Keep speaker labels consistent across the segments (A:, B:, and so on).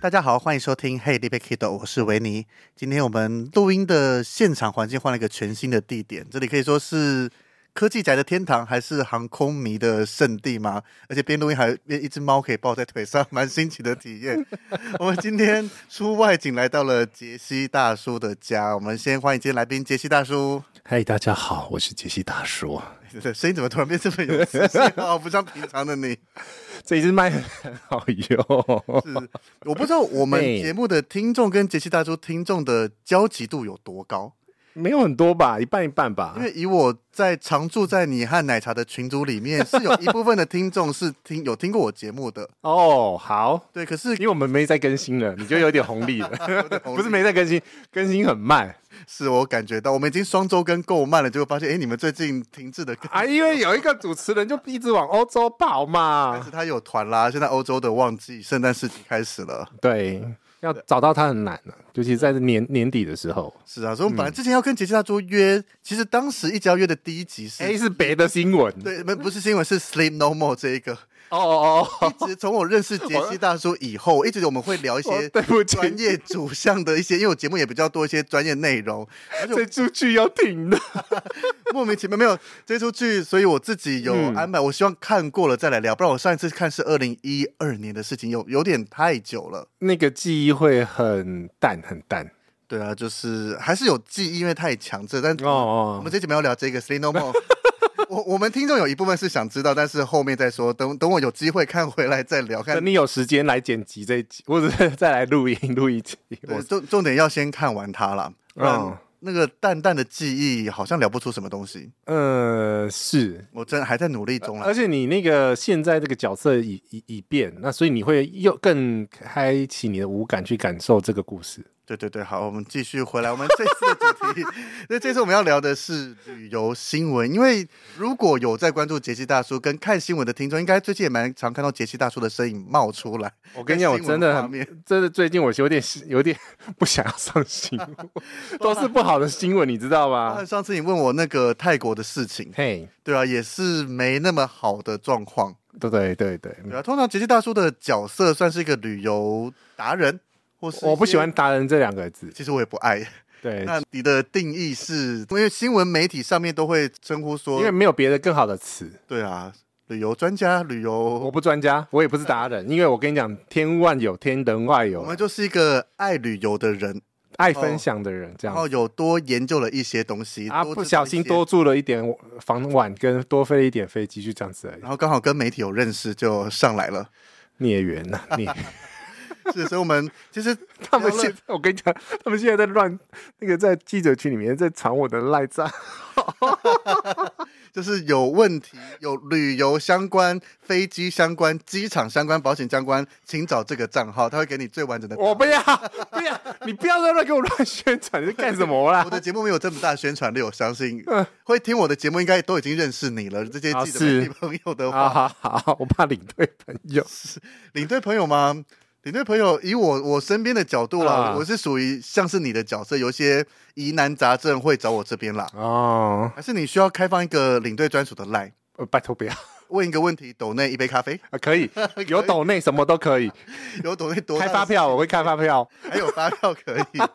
A: 大家好，欢迎收听《Hey, l i b e Kido》，我是维尼。今天我们录音的现场环境换了一个全新的地点，这里可以说是科技宅的天堂，还是航空迷的圣地吗？而且边录音还边一只猫可以抱在腿上，蛮新奇的体验。 我们今天出外景来到了杰西大叔的家，我们先欢迎今天来宾杰西大叔。
B: 嗨，大家好，啊我是杰西大叔。啊
A: 你的声音怎么突然变这么有磁性啊？不像平常的你。
B: 这一支麦很好用，
A: 是，我不知道我们
B: 哎
A: 节目的听众跟杰西大叔听众的交集度有多高，
B: 没有很多吧，一半一半吧
A: 因。为以我在常住在你和奶茶的群组里面，是有一部分的听众是听有听过我节目的，
B: 哦，好，
A: 对，可是
B: 因为我们没在更新了，你就有点红利了。
A: 红利
B: 不是没在更新，更新 很慢
A: 是我感觉到我们已经双周更够慢了，结果发现哎，你们最近停滞的更，
B: 啊，因为有一个主持人就一直往欧洲跑
A: 但
B: 嘛
A: 是。他有团啦，现在欧洲的旺季，圣诞市集开始了，
B: 对，要找到他很难了，尤其是在年年底的时候。
A: 是啊，所以我们本
B: 嗯
A: 来之前要跟杰西大叔约，其实当时一直要约的第一集是。
B: 哎，是别的新闻。
A: 对，不不是新闻，是 Sleep No More 这一个，
B: 哦哦 哦，
A: 一直从我认识杰西大叔以后，一直我们会聊一
B: 哦
A: 些
B: 对不起，
A: 专业主项的一些，因为 我节目也比较多一些专业内容，而且
B: 这出剧要停了。
A: 我莫名其妙没有这出剧，所以我自己有
B: 嗯
A: 安排，我希望看过了再来聊，不然我上一次看是二零一二年的事情，有有点太久了。
B: 那个记忆会很淡，很淡。
A: 对啊，就是还是有记忆，因为太强制，但
B: 哦哦，
A: 我们这节目要聊这个《Sleep No More》。我我们听众有一部分是想知道，但是后面再说，等等我有机会看回来再聊。看
B: 等你有时间来剪辑这一集，或者是再来录音录一集。
A: 对，
B: 我
A: 重重点要先看完它啦，不
B: 嗯
A: 然那个淡淡的记忆好像聊不出什么东西。
B: 呃是，
A: 我真的还在努力中啦
B: 而。且你那个现在这个角色已已已变，那所以你会又更开启你的五感去感受这个故事。
A: 对对对，好，我们继续回来我们这次的主题。 那这次我们要聊的是旅游新闻，因为如果有在关注杰西大叔跟看新闻的听众，应该最近也蛮常看到杰西大叔的身影冒出来。
B: 我跟你讲，我
A: 跟新闻
B: 真的
A: 画面
B: 很 真的最近我有点有点 不想要上新 闻，都是不好的新闻，你知道
A: 啊，
B: 吗？
A: 上次你问我那个泰国的事情，
B: 嘿，
A: 对啊，也是没那么好的状况。
B: 对对对对，
A: 对啊，通常杰西大叔的角色算是一个旅游达人，或是
B: 我不
A: 一些
B: 喜欢“达人”这两个字。
A: 其实我也不爱。
B: 对，
A: 那你的定义是，因为新闻媒体上面都会称呼说，
B: 因为没有别的更好的词。
A: 对啊，旅游专家、旅
B: 我
A: 游，
B: 不专家，我也不是达人，因为我跟你讲，天外有天，人外
A: 我
B: 有
A: 们就是一个爱旅游的人，
B: 爱分享的人，这
A: 然
B: 样、
A: 后有多研究了一些东西，
B: 啊，
A: 多
B: 不
A: 知道
B: 小
A: 一
B: 心
A: 些
B: 多，住了一点房晚，跟多飞了一点飞机，就这样子而已
A: 然。后刚好跟媒体有认识，就上来 了。
B: 孽缘呐、啊，孽。
A: 是，所以我们其实
B: 他们
A: 聊了
B: 现在，我跟你讲，他们现在在乱那个在记者群里面在传我的赖账，
A: 就是有问题，有旅游相关、飞机相关、机场相关、保险相关，请找这个账号，他会给你最完整的答案。
B: 我不要，不要，你不要再乱给我乱宣传，你在干什么啊啦
A: 我？的节目没有这么大宣传力，我相信会听我的节目应该都已经认识你了。这些
B: 嗯啊
A: 记者
B: 是
A: 媒体朋友的话，
B: 啊，好好，我怕领队朋友。
A: 领队朋友吗？领队朋友，以我我身边的角度啦，
B: 啊
A: 我是属于像是你的角色，有一些疑难杂症会找我这边啦。
B: 哦，
A: 还是你需要开放一个领队专属的 line，
B: 呃拜托不要
A: 问一个问题，抖内一杯咖啡，
B: 啊，可以，有抖内什么都可以，
A: 有抖内多大
B: 开
A: 的
B: 发票，我会开发票。
A: 还有发票可以。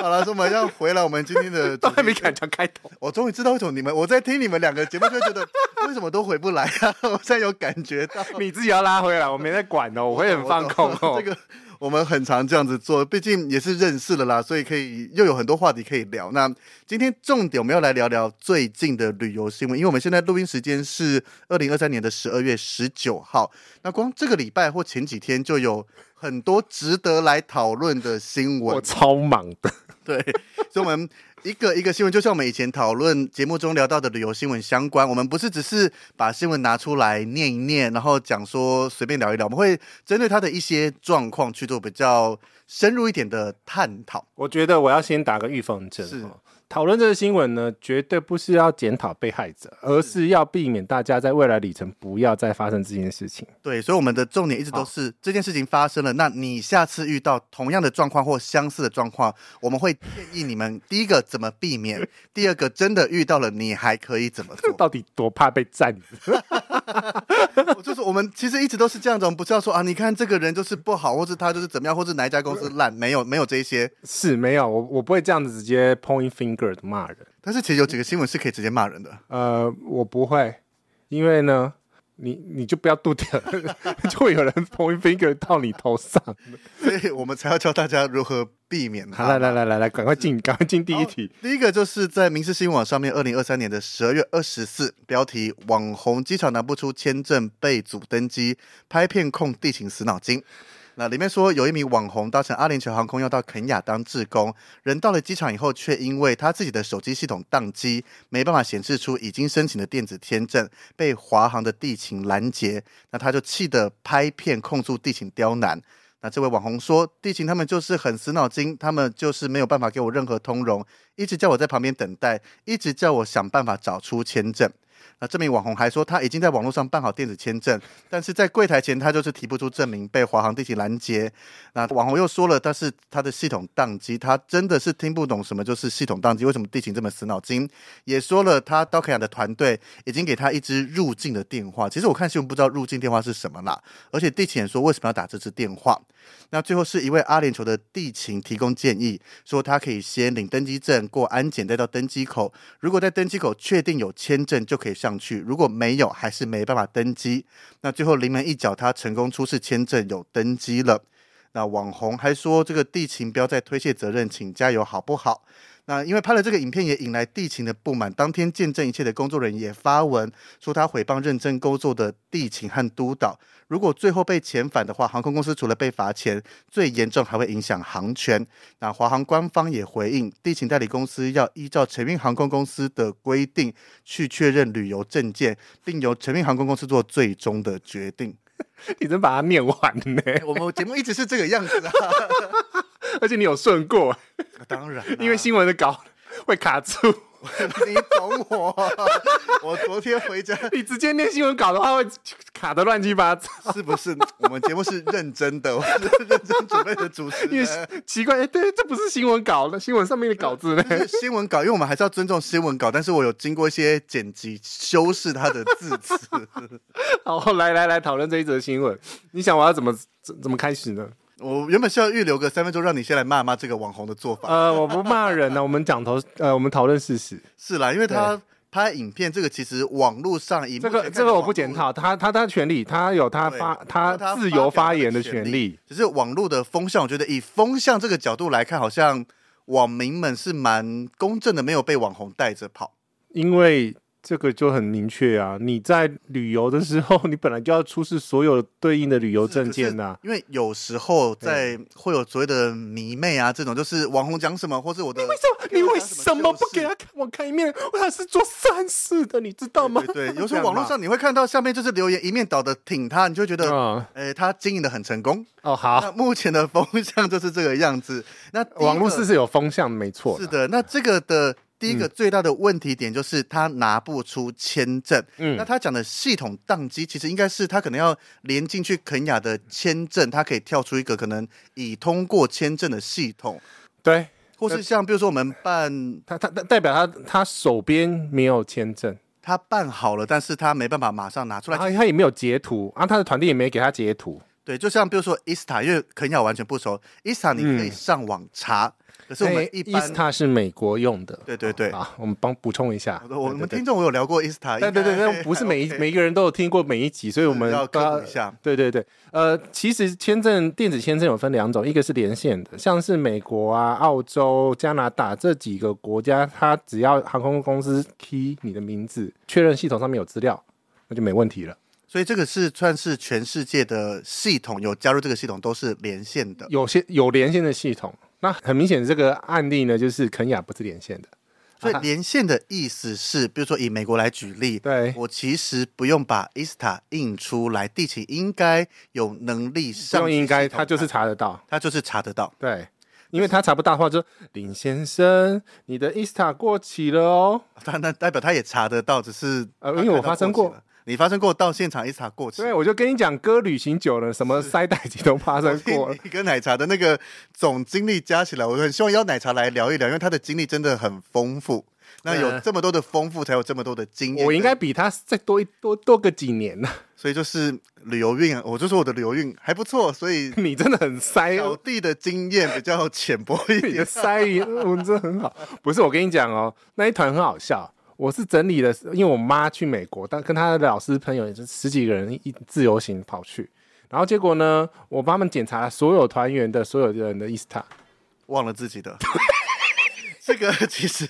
A: 好了，所以我们要回来我们今天的主
B: 都
A: 题
B: 还没敢讲开头。
A: 我终于知道为什么你们我在听你们两个节目，就会觉得 为什么都回不 来啊？我现在有感觉到。
B: 你自己要拉回来，我没在管哦，我会很放空
A: 我
B: 哦
A: 懂这。个我们很常这样子做，毕竟也是认识了啦，所以可以又有很多话题可以聊。那今天重点我们要来聊聊最近的旅游新闻，因为我们现在录音时间是二零二三年的十二月十九号，那光这个礼拜或前几天就有很多值得来讨论的新
B: 我
A: 闻，
B: 超忙的，
A: 对， 所以我们一个一个新闻，就像我们以前讨论节目中聊到的旅游新闻相关，我们不是只是把新闻拿出来念一念，然后讲说随便聊一聊，我们会针对它的一些状况去做比较深入一点的探讨。
B: 我觉得我要先打个预防针
A: 是
B: 哦。讨论这个新闻呢，绝对不是要检讨被害者，而是要避免大家在未来里程不要再发生这件事情。
A: 对，所以我们的重点一直都是这件事情发生了，那你下次遇到同样的状况或相似的状况，我们会建议你们第一个怎么避免，第二个真的遇到了你还可以怎么做。
B: 到底多怕被占？
A: 我就是我们其实一直都是这样子，我们不是要说啊，你看这个人就是不好，或是他就是怎么样，或是哪一家公司烂，没有没有这一些。
B: 是没有，我我不会这样子直接 point finger 的骂人。
A: 但是其实有几个新闻是可以直接骂人的，
B: 呃，我不会，因为呢，你你就不要度掉， 就会有人 point finger 到你头上。
A: 所以我们才要教大家如何避免
B: 好，
A: 它。
B: 来来来来来，赶快进，赶快进第一题。
A: 第一个就是在《民事新闻网》上面，二零二三年的十二月二十四，标题：网红机场拿不出签证被阻登机，拍片控地勤死脑筋。那里面说，有一名网红搭乘阿联酋航空要到肯雅当志工，人到了机场以后，却因为他自己的手机系统宕机，没办法显示出已经申请的电子签证，被华航的地勤拦截。那他就气得拍片控诉地勤刁难。那这位网红说，地勤他们就是很死脑筋，他们就是没有办法给我任何通融，一直叫我在旁边等待，一直叫我想办法找出签证。那这名网红还说，他已经在网络上办好电子签证，但是在柜台前他就是提不出证明，被华航地勤拦截。那网红又说了，但是他的系统宕机，他真的是听不懂什么就是系统宕机，为什么地勤这么死脑筋？也说了，他刀克亚的团队已经给他一支入境的电话，其实我看新闻不知道入境电话是什么啦，而且地勤也说为什么要打这支电话？那最后是一位阿联酋的地勤提供建议，说他可以先领登机证过安检，再到登机口。如果在登机口确定有签证，就可以上去；如果没有，还是没办法登机。那最后临门一脚，他成功出示签证，有登机了。那网红还说，这个地勤不要再推卸责任，请加油好不好？那因为拍了这个影片，也引来地勤的不满。当天见证一切的工作人员也发文说，他诽谤认真工作的地勤和督导。如果最后被遣返的话，航空公司除了被罚钱，最严重还会影响航权。那华航官方也回应，地勤代理公司要依照承运航空公司的规定去确认旅游证件，并由承运航空公司做最终的决定。
B: 你真把它念完呢，
A: 哎我们节目一直是这个样子啊，
B: 而且你有顺过，
A: 当然、啊
B: 因为新闻的稿会卡住。
A: 你懂我， 我昨天回家
B: 你直接念新闻稿的话，会卡的乱七八糟。
A: 是不是我们节目是认真的？我是认真准备的主持
B: 因为
A: 人。
B: 奇怪，哎、对，这不是新闻稿，那新闻上面的稿子呢？
A: 就是新闻稿，因为我们还是要尊重新闻稿，但是我有经过一些剪辑修饰它的字词。
B: 好，来来来，讨论这一则新闻。你想我要怎么怎怎么开始呢？
A: 我原本是要预留个三分钟，让你先来骂骂这个网红的做法。
B: 呃，我不骂人呢、我们讲头，呃，我们讨论事实。
A: 是啦，因为他拍影片这个，其实网络上以
B: 这个这个我不检，讨，他他他权利，他有他
A: 对
B: 发
A: 因
B: 他
A: 为他
B: 自由发言
A: 的
B: 的权利。。因为这个就很明确啊，你在旅游的时候，你本来就要出示所有对应的旅游证件啊呐、
A: 因为有时候在会有所谓的迷妹啊，这种就是网红讲什么，或是我的
B: 为什么？你为什么不给他看我看一面？他是做善事的，你知道吗？
A: 对，有时候网络上你会看到下面就是留言一面倒的挺他，你就会觉
B: 这样
A: 得，
B: 嘛，
A: 呃，他经营的很成功。
B: 嗯，哦，好，
A: 那目前的风向就是这个样子。 那第一个
B: 网络是是有风向的，没错，
A: 是，的，那这个的第一
B: 嗯
A: 个最大的问题点就是他拿不出签证。那
B: 嗯，
A: 他讲的系统宕机，其实应该是他可能要连进去肯雅的签证，他可以跳出一个可能已通过签证的系统，
B: 对
A: 或是像比如说我们办
B: 他他他代表他他手边没有签证，
A: 他办好了，但是他没办法马上拿出
B: 然
A: 来。
B: 后他也没有截图，啊，他的团队也没给他截图，
A: 对，就像比如说伊斯塔，因为肯雅完全不熟，伊斯塔你可以
B: 嗯
A: 上网查，可是我们
B: 哎
A: 一般
B: Ista 是美国用的，
A: 对对对
B: 啊，我们帮补充一下
A: 我，的我
B: 对
A: 们
B: 对
A: 听众我有聊过 Ista，
B: 对对 对，但不是每一每一个人都有听过每一集，所以我们
A: 要
B: 都
A: 科普一下
B: 对对对，呃，其实签证电子签证有分两种，一个是连线的，像是美国啊、澳洲、加拿大这几个国家，它只要航空公司 key 你的名字，确认系统上面有资料，那就没问题了。
A: 所以这个是算是全世界的系统有加入这个系统都是连线的，
B: 有些有连线的系统，那很明显这个案例呢，就是肯雅不是连线的，
A: 所以
B: 啊
A: 连线的意思是，比如说以美国来举例，
B: 对
A: 我其实不用把 Ista 印出来，地勤应该有能力
B: 这
A: 上
B: 种
A: 去系统看，啊
B: 应该他就是查得到。
A: 他就是查得到。
B: 对，因为他查不到的话，就林先生，你的 Ista 过期了哦。
A: 他那代表他也查得到，只是
B: 呃
A: 他
B: 因为
A: 看
B: 我
A: 到
B: 发生
A: 过期
B: 过
A: 了，你发生过到现场 Ista 过期，
B: 对，啊我就跟你讲，哥旅行久了，什么塞带机都发生 过了。
A: 你跟奶茶的那个总经历加起来，我很希望邀奶茶来聊一聊，因为他的经历真的很丰富。那有
B: 嗯
A: 这么多的丰富，才有这么多的经验。
B: 我应该比他再多一多多个几年呢。
A: 所以就是旅游运啊，我就说我的旅游运还不错，所以
B: 你真的很塞，哦
A: 小弟的经验比较浅薄一
B: 你
A: 点
B: 的。塞文真的很好。不是，我跟你讲哦，那一团很好笑。我是整理了，因为我妈去美国，但跟她的老师朋友也是十几个人一自由行跑去，然后结果呢，我帮他们检查了所有团员的所有人的 Ista，
A: 忘了自己的。 这个其实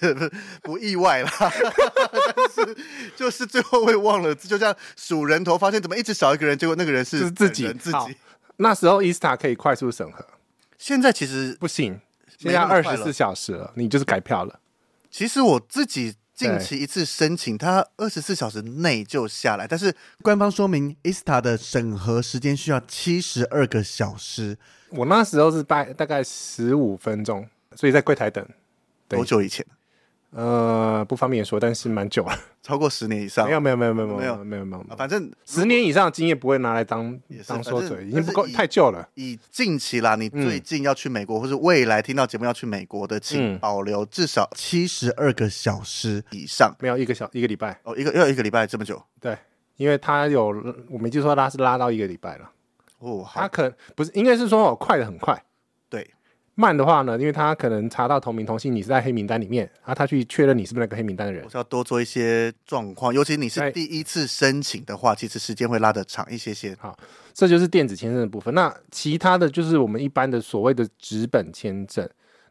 A: 不意外啦， 但是就是最后会忘了，就像数人头，发现怎么一直少一个人，结果那个人是
B: 是自己
A: 本人自
B: 好
A: 己。
B: 那时候 Ista 可以快速审核，
A: 现在其实
B: 不行，
A: 没
B: 现在
A: 那么
B: 二
A: 快
B: 十
A: 了
B: 四小时了，你就是改票了。
A: 其实我自己近期一次申请，它二十四小时内就下来，但是官方说明 ISTA 的审核时间需要七十二个小时，
B: 我那时候是大大概十五分钟，所以在柜台等，对
A: 多久以前？
B: 呃，不方便说，但是蛮久了。
A: 超过十年以上
B: 没。有没有没有没有
A: 没
B: 没
A: 有
B: 有没有没有
A: 啊，，反正
B: 十年以上的经验不会拿来当
A: 也是
B: 当
A: 反
B: 说
A: 正
B: 嘴，已
A: 但
B: 经不
A: 是
B: 够
A: 以
B: 太旧了。
A: 以近期啦，你最近要去美国，或是未来听到节目要去美国的，请
B: 嗯
A: 保留至少七十二个小时以上。
B: 没有一个小一个礼拜，
A: 哦，一个要一个礼拜这么久
B: 对，因为他有我没记错，他是拉到一个礼拜了。
A: 哦，
B: 他
A: 好，
B: 可不是应该是说哦，快的很快，
A: 对，
B: 慢的话呢，因为他可能查到同名同姓，你是在黑名单里面，啊，他去确认你是不是那个黑名单的人
A: 我。是要多做一些状况，尤其你是
B: 哎
A: 第一次申请的话，其实时间会拉得长一些些。
B: 这就是电子签证的部分。那其他的就是我们一般的所谓的纸本签证。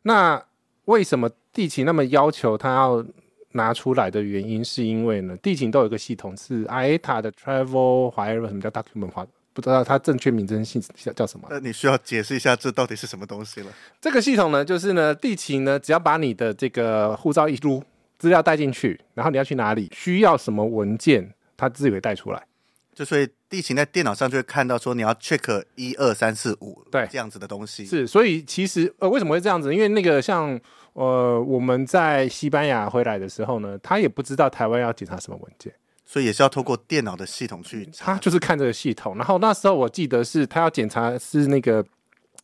B: 那为什么地勤那么要求他要拿出来的原因，是因为呢，地勤都有一个系统是 IATA 的 Travel However 什么叫 Document 化，不知道它正确名称姓叫叫什么。
A: 那你需要解释一下这到底是什么东西了？
B: 这个系统呢，就是呢，地勤呢，只要把你的这个护照一撸，资料带进去，然后你要去哪里，需要什么文件，它自己会带出来。
A: 就所以地勤在电脑上就会看到说你要 check 一二三四五，
B: 对
A: 这样子的东西。
B: 是，所以其实呃，为什么会这样子？因为那个像呃，我们在西班牙回来的时候呢，他也不知道台湾要检查什么文件，
A: 所以也是要透过电脑的系统去查。
B: 他就是看这个系统。然后那时候我记得是他要检查是那个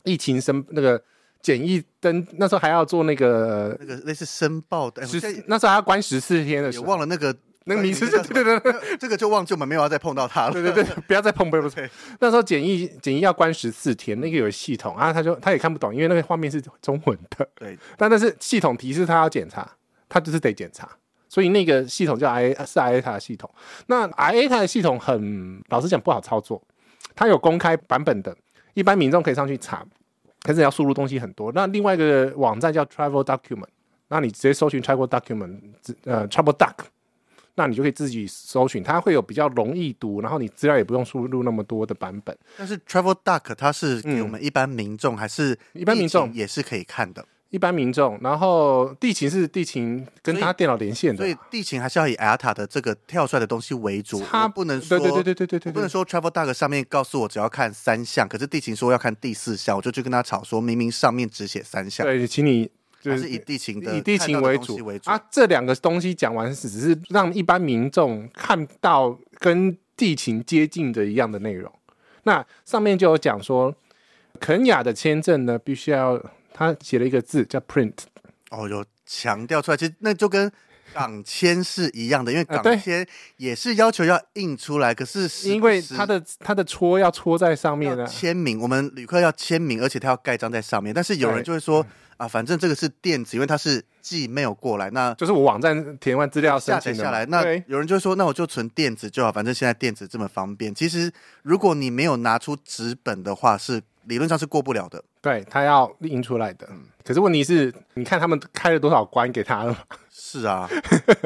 B: 疫情申那个检疫登，那时候还要做那个
A: 那个类似申报的，哎我
B: 十
A: 现在，
B: 那时候还要关十四天的时
A: 也
B: 候，
A: 忘了那个呃
B: 那个名字，
A: 叫
B: 对
A: 什么
B: 对对对
A: 这个就忘记我们没有要再碰到它了。
B: 对对对，不要再碰，不要再
A: 对
B: 碰。那时候检疫检疫要关十四天，那个有系统啊，他就他也看不懂，因为那个画面是中文的。
A: 对
B: 但但是系统提示他要检查，他就是得检查，所以那个系统叫 I 是 IATA 的系统。那 IATA 的系统很老实讲不好操作，它有公开版本的，一般民众可以上去查，可是你要输入东西很多。那另外一个网站叫 Travel Document，那你直接搜寻 Travel Document，只呃 Travel Doc。那你就可以自己搜寻，它会有比较容易读，然后你资料也不用输入那么多的版本。
A: 但是 Travel Duck 它是给我们一般民众，还是
B: 嗯一般民众
A: 疫情也是可以看的，
B: 一般民众，然后地勤是地勤跟
A: 所
B: 他
A: 以
B: 电脑连线的
A: 所以
B: 嘛，
A: 地勤还是要以 ATA 的这个跳出来的东西为主，
B: 它
A: 我不能说
B: 对对对对对对对
A: 我不能说 Travel Duck 上面告诉我只要看三项，可是地勤说要看第四项，我就去跟他吵说，明明上面只写三项，
B: 对，请你就
A: 还
B: 是
A: 是以地勤的
B: 以地勤为
A: 看到的东
B: 主
A: 西为主
B: 啊。这两个东西讲完是，只是让一般民众看到跟地勤接近的一样的内容。那上面就有讲说，肯雅的签证呢，必须要他写了一个字叫 print，
A: 哦，有强调出来，其实那就跟港签是一样的，因为
B: 啊
A: 港
B: 对
A: 签也是要求要印出来，可是时
B: 因为
A: 时
B: 它的呃它的戳要戳在上面
A: 要
B: 呢。
A: 签名，我们旅客要签名，而且他要盖章在上面。但是有人
B: 对嗯
A: 就会说啊，反正这个是电子，因为它是寄 mail 过来，那
B: 就是我网站填完资料申
A: 下载
B: 请的
A: 下
B: 嘛
A: 来。那
B: 对
A: 有人就会说，那我就存电子就好，反正现在电子这么方便。其实如果你没有拿出纸本的话，是理论上是过不了的。
B: 对，它要印出来的。
A: 嗯
B: 可是问题是，你看他们开了多少关给他了嘛？
A: 是啊，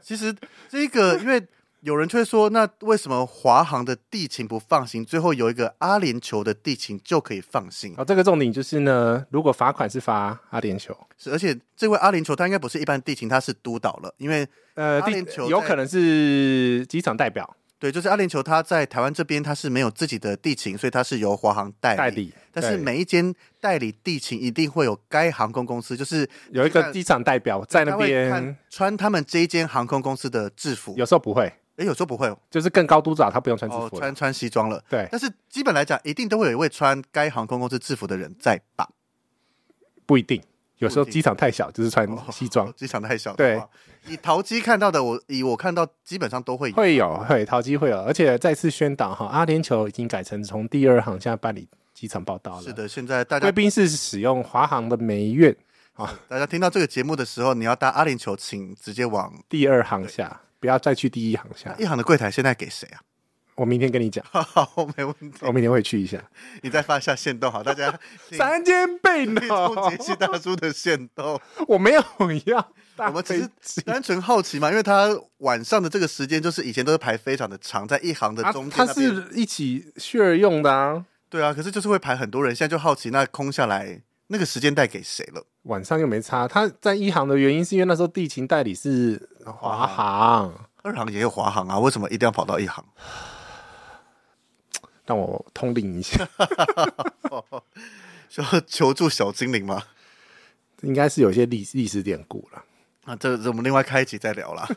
A: 其实这个因为。有人却说，那为什么华航的地勤不放行？最后有一个阿联酋的地勤就可以放行
B: 然，后这个重点就是呢，如果罚款是罚阿联酋，
A: 是而且这位阿联酋他应该不是一般地勤，他是督导了，因为
B: 呃，
A: 阿
B: 地
A: 联酋在
B: 有可能是机场代表
A: 对，就是阿联酋，它在台湾这边它是没有自己的地勤，所以它是由华航代理。
B: 代理，
A: 但是
B: 对
A: 每一间代理地勤一定会有该航空公司，就是
B: 有一个机场代表在那
A: 他会看
B: 边，
A: 穿他们这一间航空公司的制服。
B: 有时候不会，
A: 诶，有时候不会哦，
B: 就是更高督导他不用穿制
A: 哦
B: 服了。
A: 穿穿西装了。
B: 对，
A: 但是基本来讲，一定都会有一位穿该航空公司制服的人在吧？
B: 不一定，有时候
A: 不一定
B: 机场太小，就是穿西 装
A: 哦，机场太小
B: 对
A: 的话，以淘机看到的，我以我看到基本上都会有。
B: 会有会淘机会有，而且再次宣导哈，阿联酋已经改成从第二航现在办理机场报道了。
A: 是，的，现在大
B: 贵
A: 家
B: 宾是使用华航的梅苑
A: 大家听到这个节目的时候，你要搭阿联酋，请直接往
B: 第二航厦，不要再去第一航厦
A: 一。航的柜台现在给谁啊？
B: 我明天跟你讲，
A: 好，没问题。
B: 我明天会去一下。
A: 你再发一下线动好，大 家请
B: 三间被
A: 注意
B: 脑
A: 终，结系大叔的线动。
B: 我没有要搭
A: 我们只
B: 飞
A: 是
B: 机。
A: 单纯好奇嘛，因为他晚上的这个时间就是以前都是排非常的长，在一行的
B: 啊
A: 中，间
B: 它
A: 那边、
B: 是一起 share 用的啊。
A: 对啊，可是就是会排很多人，现在就好奇那空下来那个时间带给谁了？
B: 晚上又没差，他在一航的原因是因为那时候地勤代理是华航，
A: 二行也有华航啊，为什么一定要跑到一行？
B: 让我通灵一下，
A: 哦说求助小精灵吗？
B: 应该是有一些历历史典故了。
A: 啊，这这我们另外开一集再聊 啦。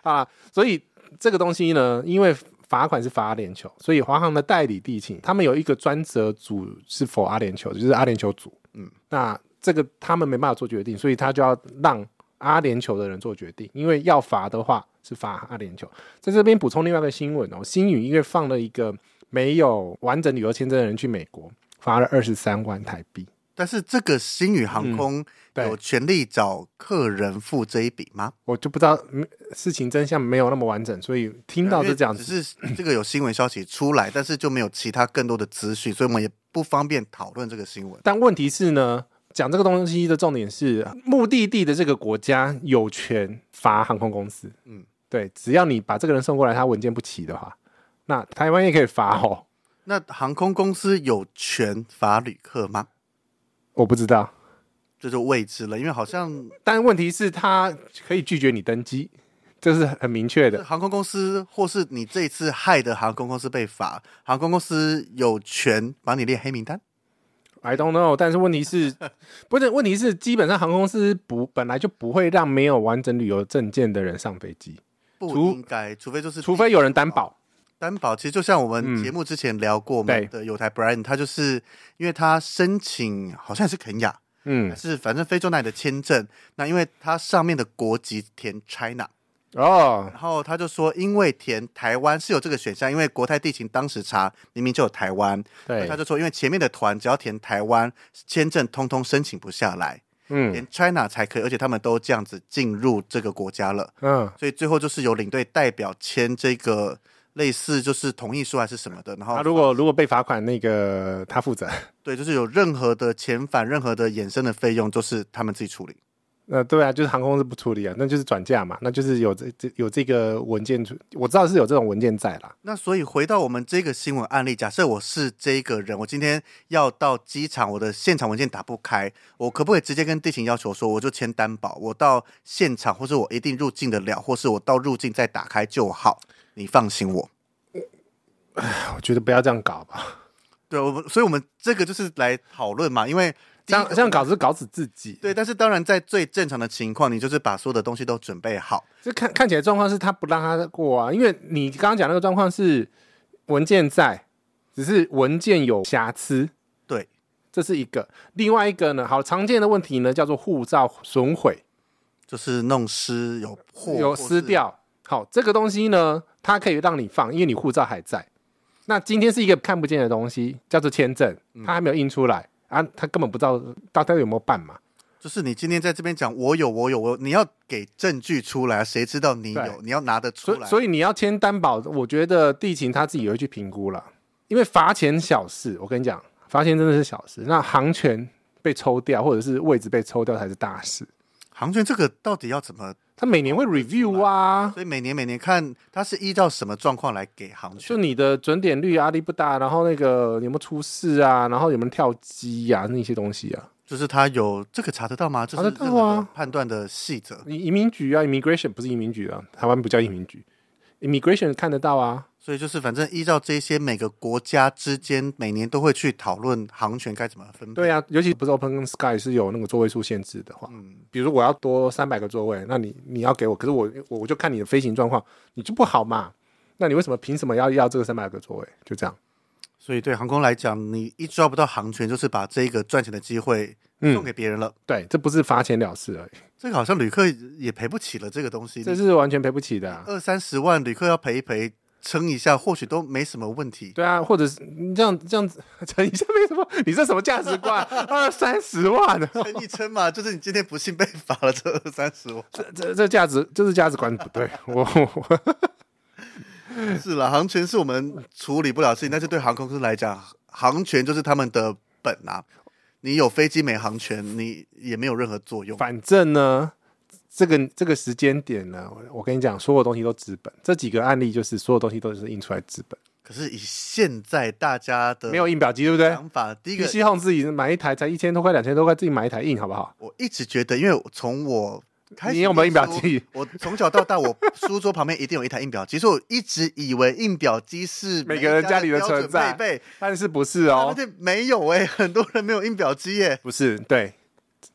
B: 啊，所以这个东西呢，因为罚款是罚阿联酋，所以华航的代理地勤，他们有一个专责组是否阿联酋，就是阿联酋组。嗯，那这个他们没办法做决定，所以他就要让阿联酋的人做决定，因为要罚的话是罚阿联酋。在这边补充另外一个新闻哦，新宇因为放了一个没有完整旅游签证的人去美国，罚了二十三万台币。
A: 但是这个星宇航空
B: 嗯对
A: 有权利找客人付这一笔吗？
B: 我就不知道嗯事情真相没有那么完整，所以听到
A: 因
B: 是
A: 为
B: 这样子，
A: 只是这个有新闻消息出来，但是就没有其他更多的资讯，所以我们也不方便讨论这个新闻。
B: 但问题是呢，讲这个东西的重点是，目的地的这个国家有权罚航空公司。嗯
A: 嗯，
B: 对，只要你把这个人送过来，他文件不齐的话，那台湾也可以罚哦。
A: 那航空公司有权罚旅客吗？
B: 我不知道，
A: 这就未知了，因为好像
B: 但问题是他可以拒绝你登机，这是很明确的。
A: 航空公司或是你这一次害的航空公司被罚，航空公司有权把你列黑名单。
B: I don't know，但是问题是，不是问题是，基本上航空公司不本来就不会让没有完整旅游证件的人上飞机，除
A: 不应该，除非就是
B: 除非有人担保。
A: 担保。其实就像我
B: 嗯
A: 们节目之前聊过我们的有台 Brian，他就是因为他申请好像也是肯雅，
B: 嗯
A: 还，是反正非洲那里的签证，那因为它上面的国籍填 China，
B: 哦，
A: 然后他就说因为填台湾是有这个选项，因为国泰地勤当时查明明就有台湾，
B: 对
A: 那他，就说因为前面的团只要填台湾，签证通通申请不下来，
B: 嗯
A: 填 China 才可以，而且他们都这样子进入这个国家了，
B: 嗯，
A: 所以最后就是有领队代表签这个。类似就是同意书还是什么的，然后
B: 他如果如果被罚款，那个他负责。
A: 对，就是有任何的遣返、任何的衍生的费用，都是他们自己处理。
B: 呃，对啊，就是航空公司不处理啊，那就是转嫁嘛，那就是有这这有这个文件出，我知道是有这种文件在啦。
A: 那所以回到我们这个新闻案例，假设我是这个人，我今天要到机场，我的现场文件打不开，我可不可以直接跟地勤要求说，我就签担保，我到现场或是我一定入境得了，或是我到入境再打开就好，你放心我。
B: 我觉得不要这样搞吧，
A: 对，我们所以我们这个就是来讨论嘛，因为第
B: 这
A: 一
B: 样
A: 个
B: 这样搞只是搞死自己。
A: 对，但是当然在最正常的情况，你就是把所有的东西都准备好。
B: 这看看起来状况是他不让他过啊，因为你刚刚讲那个状况是文件在，只是文件有瑕疵，
A: 对，
B: 这是一个。另外一个呢，好常见的问题呢叫做护照损毁，
A: 就是弄湿有破
B: 有
A: 或是
B: 撕掉。好，这个东西呢，它可以让你放，因为你护照还在。那今天是一个看不见的东西，叫做签证，
A: 嗯
B: 它还没有印出来、啊，他根本不知道到底有没有办嘛。
A: 就是你今天在这边讲我有我有我有，你要给证据出来，谁知道你有
B: 对？
A: 你要拿得出
B: 所以
A: 来。
B: 所
A: 以
B: 以你要签担保，我觉得地勤他自己也会去评估了，因为罚钱小事，我跟你讲，罚钱真的是小事。那航权被抽掉，或者是位置被抽掉才是大事。
A: 航权这个到底要怎么？
B: 他每年
A: 哦
B: 会 review 啊，
A: 所以每年每年看它是依照什么状况来给航
B: 就
A: 权。
B: 你的准点率压力不大，然后那个有没有出事啊，然后有没有跳机呀、那些东西啊。
A: 就是它有这个查得到吗？这是
B: 查得到
A: 任何的
B: 啊
A: 判断的细则。
B: 移移民局啊，immigration 不是移民局啊，台湾不叫移民局，immigration 看得到啊。
A: 所以就是反正依照这些每个国家之间每年都会去讨论航权该怎么分配。
B: 对啊，尤其不是 Open Sky 是有那个座位数限制的话，比如说我要多三百个座位，那你你要给我，可是我我我就看你的飞行状况，你就不好嘛。那你为什么凭什么要要这个三百个座位？就这样，
A: 所以对航空来讲，你一抓不到航权，就是把这个赚钱的机会送
B: 嗯，
A: 给别人了。
B: 对，这不是罚钱了事而已，
A: 这个好像旅客也赔不起了，这个东西。
B: 这是完全赔不起的、啊。
A: 二三十万旅客要赔一赔，撑一下，或许都没什么问题。
B: 对啊，或者是你这样这样子，陈医生没什么， 你这什么价值观？ 二三十万，啊
A: 撑一撑 嘛，就是你今天不幸被罚了这二三十万。
B: 这这这价值就是价值观不对。我我嗯
A: 是了，航权是我们处理不了的事情，但是对航空公司来讲，航权就是他们的本啊。你有飞机没航权，你也没有任何作用。
B: 反正呢，这个这个时间点呢，我我跟你讲，所有东西都资本。这几个案例就是所有东西都是印出来资本，
A: 可是以现在大家的
B: 没有哎印表机，对不对？
A: 想法，第一
B: 嗯一个
A: 个
B: 西控自己买一台才一千多块、两千多块，自己买一台印好不好？
A: 我一直觉得，因为我从我开始
B: 你有没有印表
A: 念书
B: 机？
A: 我从小到大，我书桌旁边一定有一台印表机，所以我一直以为印表机是
B: 每个人
A: 家
B: 家里的
A: 标准
B: 存在
A: 配备，
B: 但是不是
A: 而
B: 哦？
A: 且没有哎、 很多人没有印表机耶、
B: 不是，对，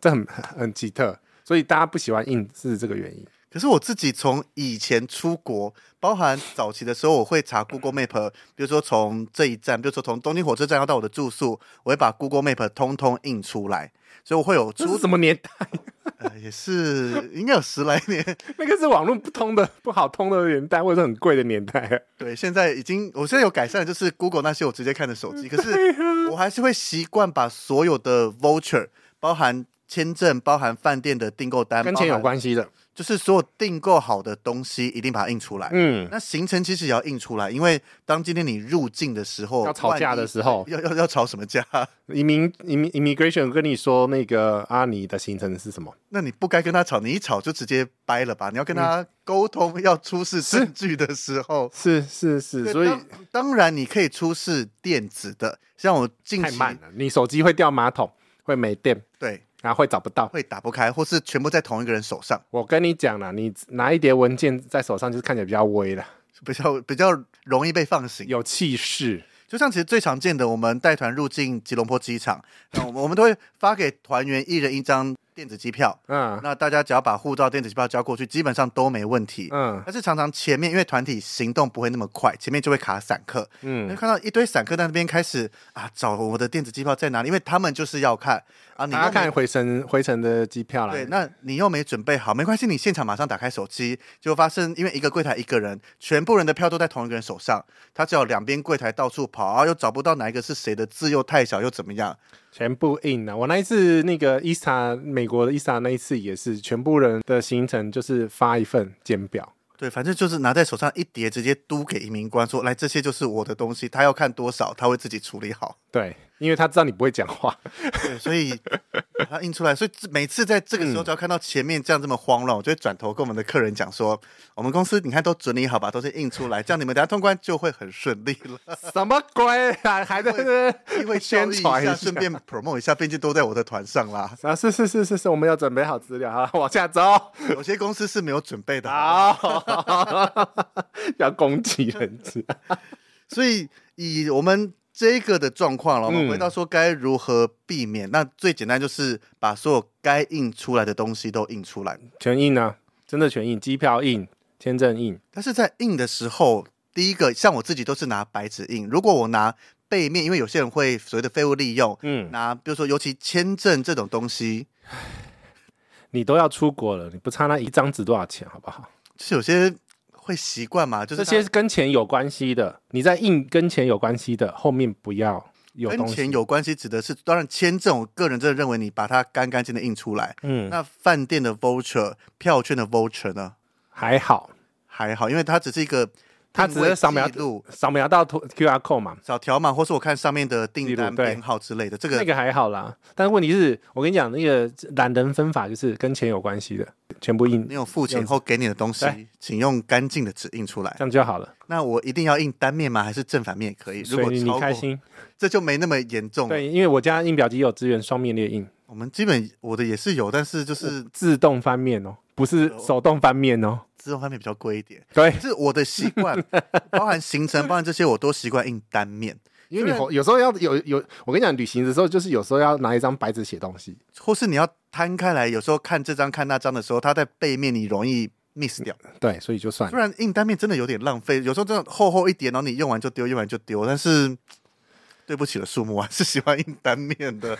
B: 这很很很奇特，所以大家不喜欢印是这个原因。
A: 可是我自己从以前出国，包含早期的时候，我会查 Google Map，比如说从这一站，比如说从东京火车站要到我的住宿，我会把 Google Map 通通印出来，所以我会有
B: 这
A: 出
B: 是什么年代？
A: 呃也是应该有十来年，
B: 那个是网络不通的、不好通的年代，或者是很贵的年代。
A: 对，现在已经，我现在有改善，就是 Google 那些我直接看的
B: 嗯
A: 手机，可是
B: 啊
A: 我还是会习惯把所有的 voucher，包含签证、包含饭店的订购单，
B: 跟钱
A: 包
B: 有
A: 含，
B: 关系的。
A: 就是所有订购好的东西一定把它印出来。
B: 嗯，
A: 那行程其实也要印出来，因为当今天你入境的时候，
B: 要吵架的时
A: 候，
B: 候，
A: 要要要吵什么架？
B: 移民移民 immigration 跟你说那个阿尼的行程是什么？
A: 那你不该跟他吵，你一吵就直接掰了吧。你要跟他沟通，要出示
B: 嗯是
A: 证据的时候，
B: 是是是，
A: 对
B: 所以
A: 当当然你可以出示电子的，像我近
B: 太
A: 期
B: 慢了，你手机会掉马桶，会没电，
A: 对
B: 然后会找不到。
A: 会打不开，或是全部在同一个人手上，
B: 我跟你讲啦，你拿一叠文件在手上，就是看起来比较威了，
A: 比较比较容易被放行。
B: 有气势。
A: 就像其实最常见的，我们带团入境吉隆坡机场，那我们我 们都会发给团员一人一张电子机票，
B: 嗯
A: 那大家只要把护照、电子机票交过去，基本上都没问题。
B: 嗯
A: 但是常常前面因为团体行动不会那么快，前面就会卡散客，你会
B: 嗯，
A: 看到一堆散客在那边开始啊找我的电子机票在哪里，因为他们就是要看啊，你又
B: 大家
A: 没
B: 看回程回程的机票啦。
A: 对，那你又没准备好，没关系，你现场马上打开手机，就发现因为一个柜台一个人，全部人的票都在同一个人手上，他只好两边柜台到处跑啊，又找不到哪一个是谁的，字又太小又怎么样？
B: 全部印了。我那一次那个伊莎，美国的伊莎那一次也是，全部人的行程就是发一份简表，
A: 对，反正就是拿在手上一叠，直接嘟给移民官说：“来，这些就是我的东西，他要看多少，他会自己处理好。
B: 对，因为他知道你不会讲话，”
A: 对，所以把它印出来。所以这每次在这个时候，
B: 嗯
A: 只要看到前面这样这么慌乱，我就会转头跟我们的客人讲说：“我们公司你看都准理好吧，都是印出来，这样你们等下通关就会很顺利了。”
B: 什么鬼啊？还在那
A: 因为
B: 边 宣传
A: 一下，顺便 promote 一下，毕竟都在我的团上 啦。
B: 啊，是是是是是，我们要准备好 资料啊，往下走。
A: 有些公司是没有准备的，
B: 好， 要攻击人家。
A: 所以以我们这个的状况了，我们
B: 嗯
A: 回到说该如何避免。那最简单就是把所有该印出来的东西都印出来，
B: 全印啊，真的全印，机票印，签证印，
A: 但是在印的时候，第一个像我自己都是拿白纸印，如果我拿背面，因为有些人会所谓的废物利用，
B: 嗯，
A: 拿比如说尤其签证这种东西，
B: 你都要出国了，你不差那一张纸多少钱，好不好？
A: 就是有些会习惯嘛，就是
B: 这
A: 他
B: 些跟钱有关系的，你在印跟钱有关系的，后面不要有
A: 跟
B: 东西。
A: 钱有关系，指的是当然签证，我个人真的认为你把它干干净净地印出来。
B: 嗯，
A: 那饭店的 voucher、票券的 voucher 呢？
B: 还好，
A: 还好，因为它只是一个
B: 它只是扫描
A: 定位记录、
B: 扫描到 Q R code 嘛，
A: 扫条码，或是我看上面的订
B: 记
A: 单
B: 录对
A: 编号之类的。这
B: 那
A: 个
B: 个还好啦。但是问题是我跟你讲，那个懒人分法就是跟钱有关系的，全部印
A: 你有付钱后给你的东西
B: 对，
A: 请用干净的纸印出来
B: 这。样就好了。
A: 那我一定要印单面吗？还是正反面也可以？如
B: 所
A: 果
B: 以
A: 超
B: 你
A: 过
B: 开，心，
A: 这就没那么严重。
B: 对，因为我家印表机有支援双面列印，
A: 我们基本我的也是有，但是就是
B: 自动翻面哦，不是手动翻面哦。
A: 自动方面比较贵一点。
B: 对
A: 可，是我的习惯，包含行程，包含这些，我都习惯印单面，
B: 因为你有有时候要有有，我跟你讲，旅行的时候就是有时候要拿一张白纸写东西，
A: 或是你要摊开来，有时候看这张看那张的时候，它在背面你容易 miss 掉。
B: 对，所以就算
A: 不
B: 了。
A: 然印单面真的有点浪费，有时候真的厚厚一叠，然后你用完就丢，用完就丢。但是对不起了，树木，我还 是喜欢印单面的。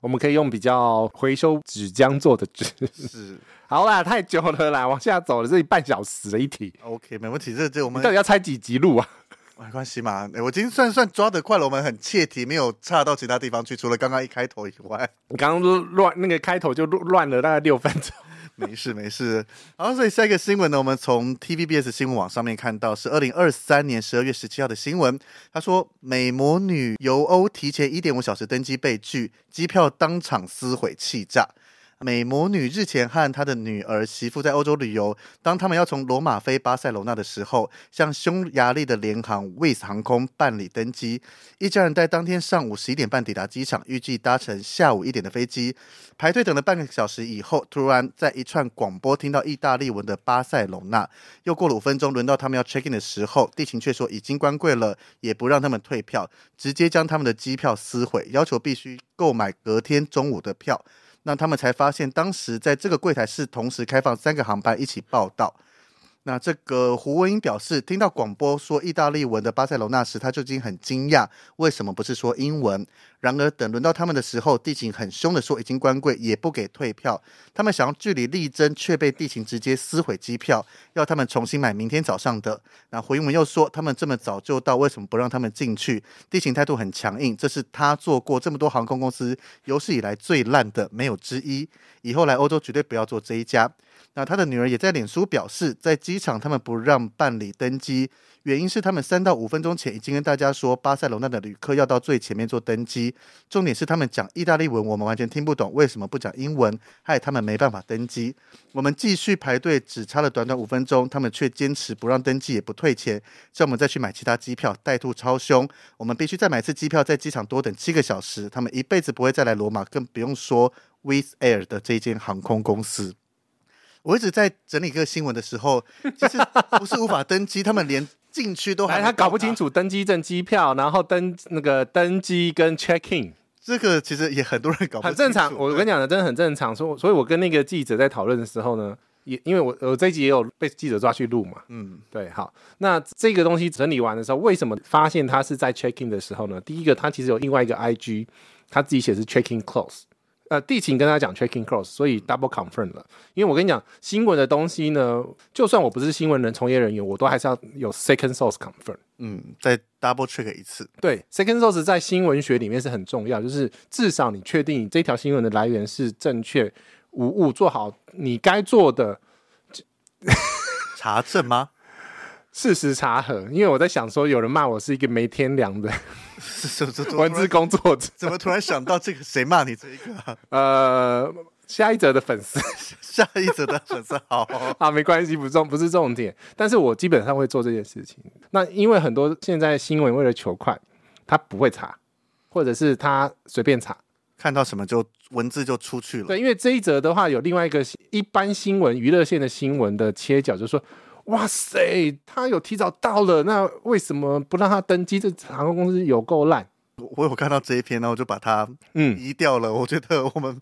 B: 我们可以用比较回收纸浆做的纸。
A: 是
B: 好啦，太久了啦，往下走了，这里半小时的一题，
A: OK，没问题。这这我
B: 你
A: 们
B: 到底要拆几集录啊？
A: 没关系嘛，诶我今天算算抓得快了，我们很切题，没有差到其他地方去，除了刚刚一开头以外。
B: 你刚刚乱那个开头就乱乱了大概六分钟。
A: 没事没事。好，所以下一个新闻呢，我们从 TVBS 新闻网上面看到是二零二三年十二月十七号的新闻。他说，美魔女游欧提前一点五小时登机被拒，机票当场撕毁气炸。美魔女日前和她的女儿、媳妇在欧洲旅游，当他们要从罗马飞巴塞罗那的时候，向匈牙利的联航 Wizz 航空办理登机。一家人在当天上午十一点半抵达机场，预计搭乘下午一点的飞机。排队等了半个小时以后，突然在一串广播听到意大利文的巴塞隆纳。又过了五分钟，轮到他们要 check in 的时候，地勤却说已经关柜了，也不让他们退票，直接将他们的机票撕毁，要求必须购买隔天中午的票。那他们才发现，当时在这个柜台是同时开放三个航班一起报到。那这个胡文英表示，听到广播说意大利文的巴塞罗那时，他就已经很惊讶，为什么不是说英文？然而等轮到他们的时候，地勤很凶的说已经关柜，也不给退票。他们想要据理力争，却被地勤直接撕毁机票，要他们重新买明天早上的。那胡英文又说，他们这么早就到，为什么不让他们进去？地勤态度很强硬，这是他做过这么多航空公司有史以来最烂的，没有之一。以后来欧洲绝对不要做这一家。那他的女儿也在脸书表示，在机场他们不让办理登机，原因是他们三到五分钟前已经跟大家说，巴塞罗那的旅客要到最前面做登机。重点是他们讲意大利文，我们完全听不懂，为什么不讲英文，害他们没办法登机。我们继续排队，只差了短短五分钟，他们却坚持不让登记，也不退钱，叫我们再去买其他机票，态度超凶。我们必须再买次机票，在机场多等七个小时。他们一辈子不会再来罗马，更不用说 Wizz Air 的这间航空公司。我一直在整理一个新闻的时候，其实不是无法登机，他们连进去都还
B: 来，
A: 没
B: 哎他搞不
A: 到达
B: 清楚登机证、机票，然后登那个登机跟 check in，
A: 这个其实也很多人搞不
B: 很正常。
A: 清楚
B: 我跟你讲的，真的很正常。所以我，所以我跟那个记者在讨论的时候呢，也因为我我这一集也有被记者抓去录嘛，
A: 嗯，
B: 对，好，那这个东西整理完的时候，为什么发现他是在 check in 的时候呢？第一个，他其实有另外一个 IG，他自己写是 check in close。呃，地勤跟他讲 check in close，所以 double confirm 了。因为我跟你讲，新闻的东西呢，就算我不是新闻人从业人员，我都还是要有 second source confirm。
A: 嗯，再 double check 一次。
B: 对，second source 在新闻学里面是很重要，就是至少你确定你这条新闻的来源是正确无误，做好你该做的
A: 查证吗？
B: 事实查核。因为我在想说，有人骂我是一个没天良的
A: 是是是，怎么
B: 文
A: 突
B: 字
A: 然
B: 工作者，
A: 怎么突然想到这个？谁骂你这一个、 啊？
B: 呃，下一则的粉丝
A: 下一则的粉丝好，
B: 啊，没关系，不重不是重点，但是我基本上会做这件事情。那因为很多现在新闻为了求快，他不会查，或者是他随便查，
A: 看到什么就文字就出去了。
B: 对，因为这一则的话，有另外一个一般新闻娱乐线的新闻的切角，就是说，哇塞，他有提早到了，那为什么不让他登机？这航空公司有够烂。
A: 我我有看到这一篇，然后我就把它
B: 嗯，
A: 移掉了。我觉得我们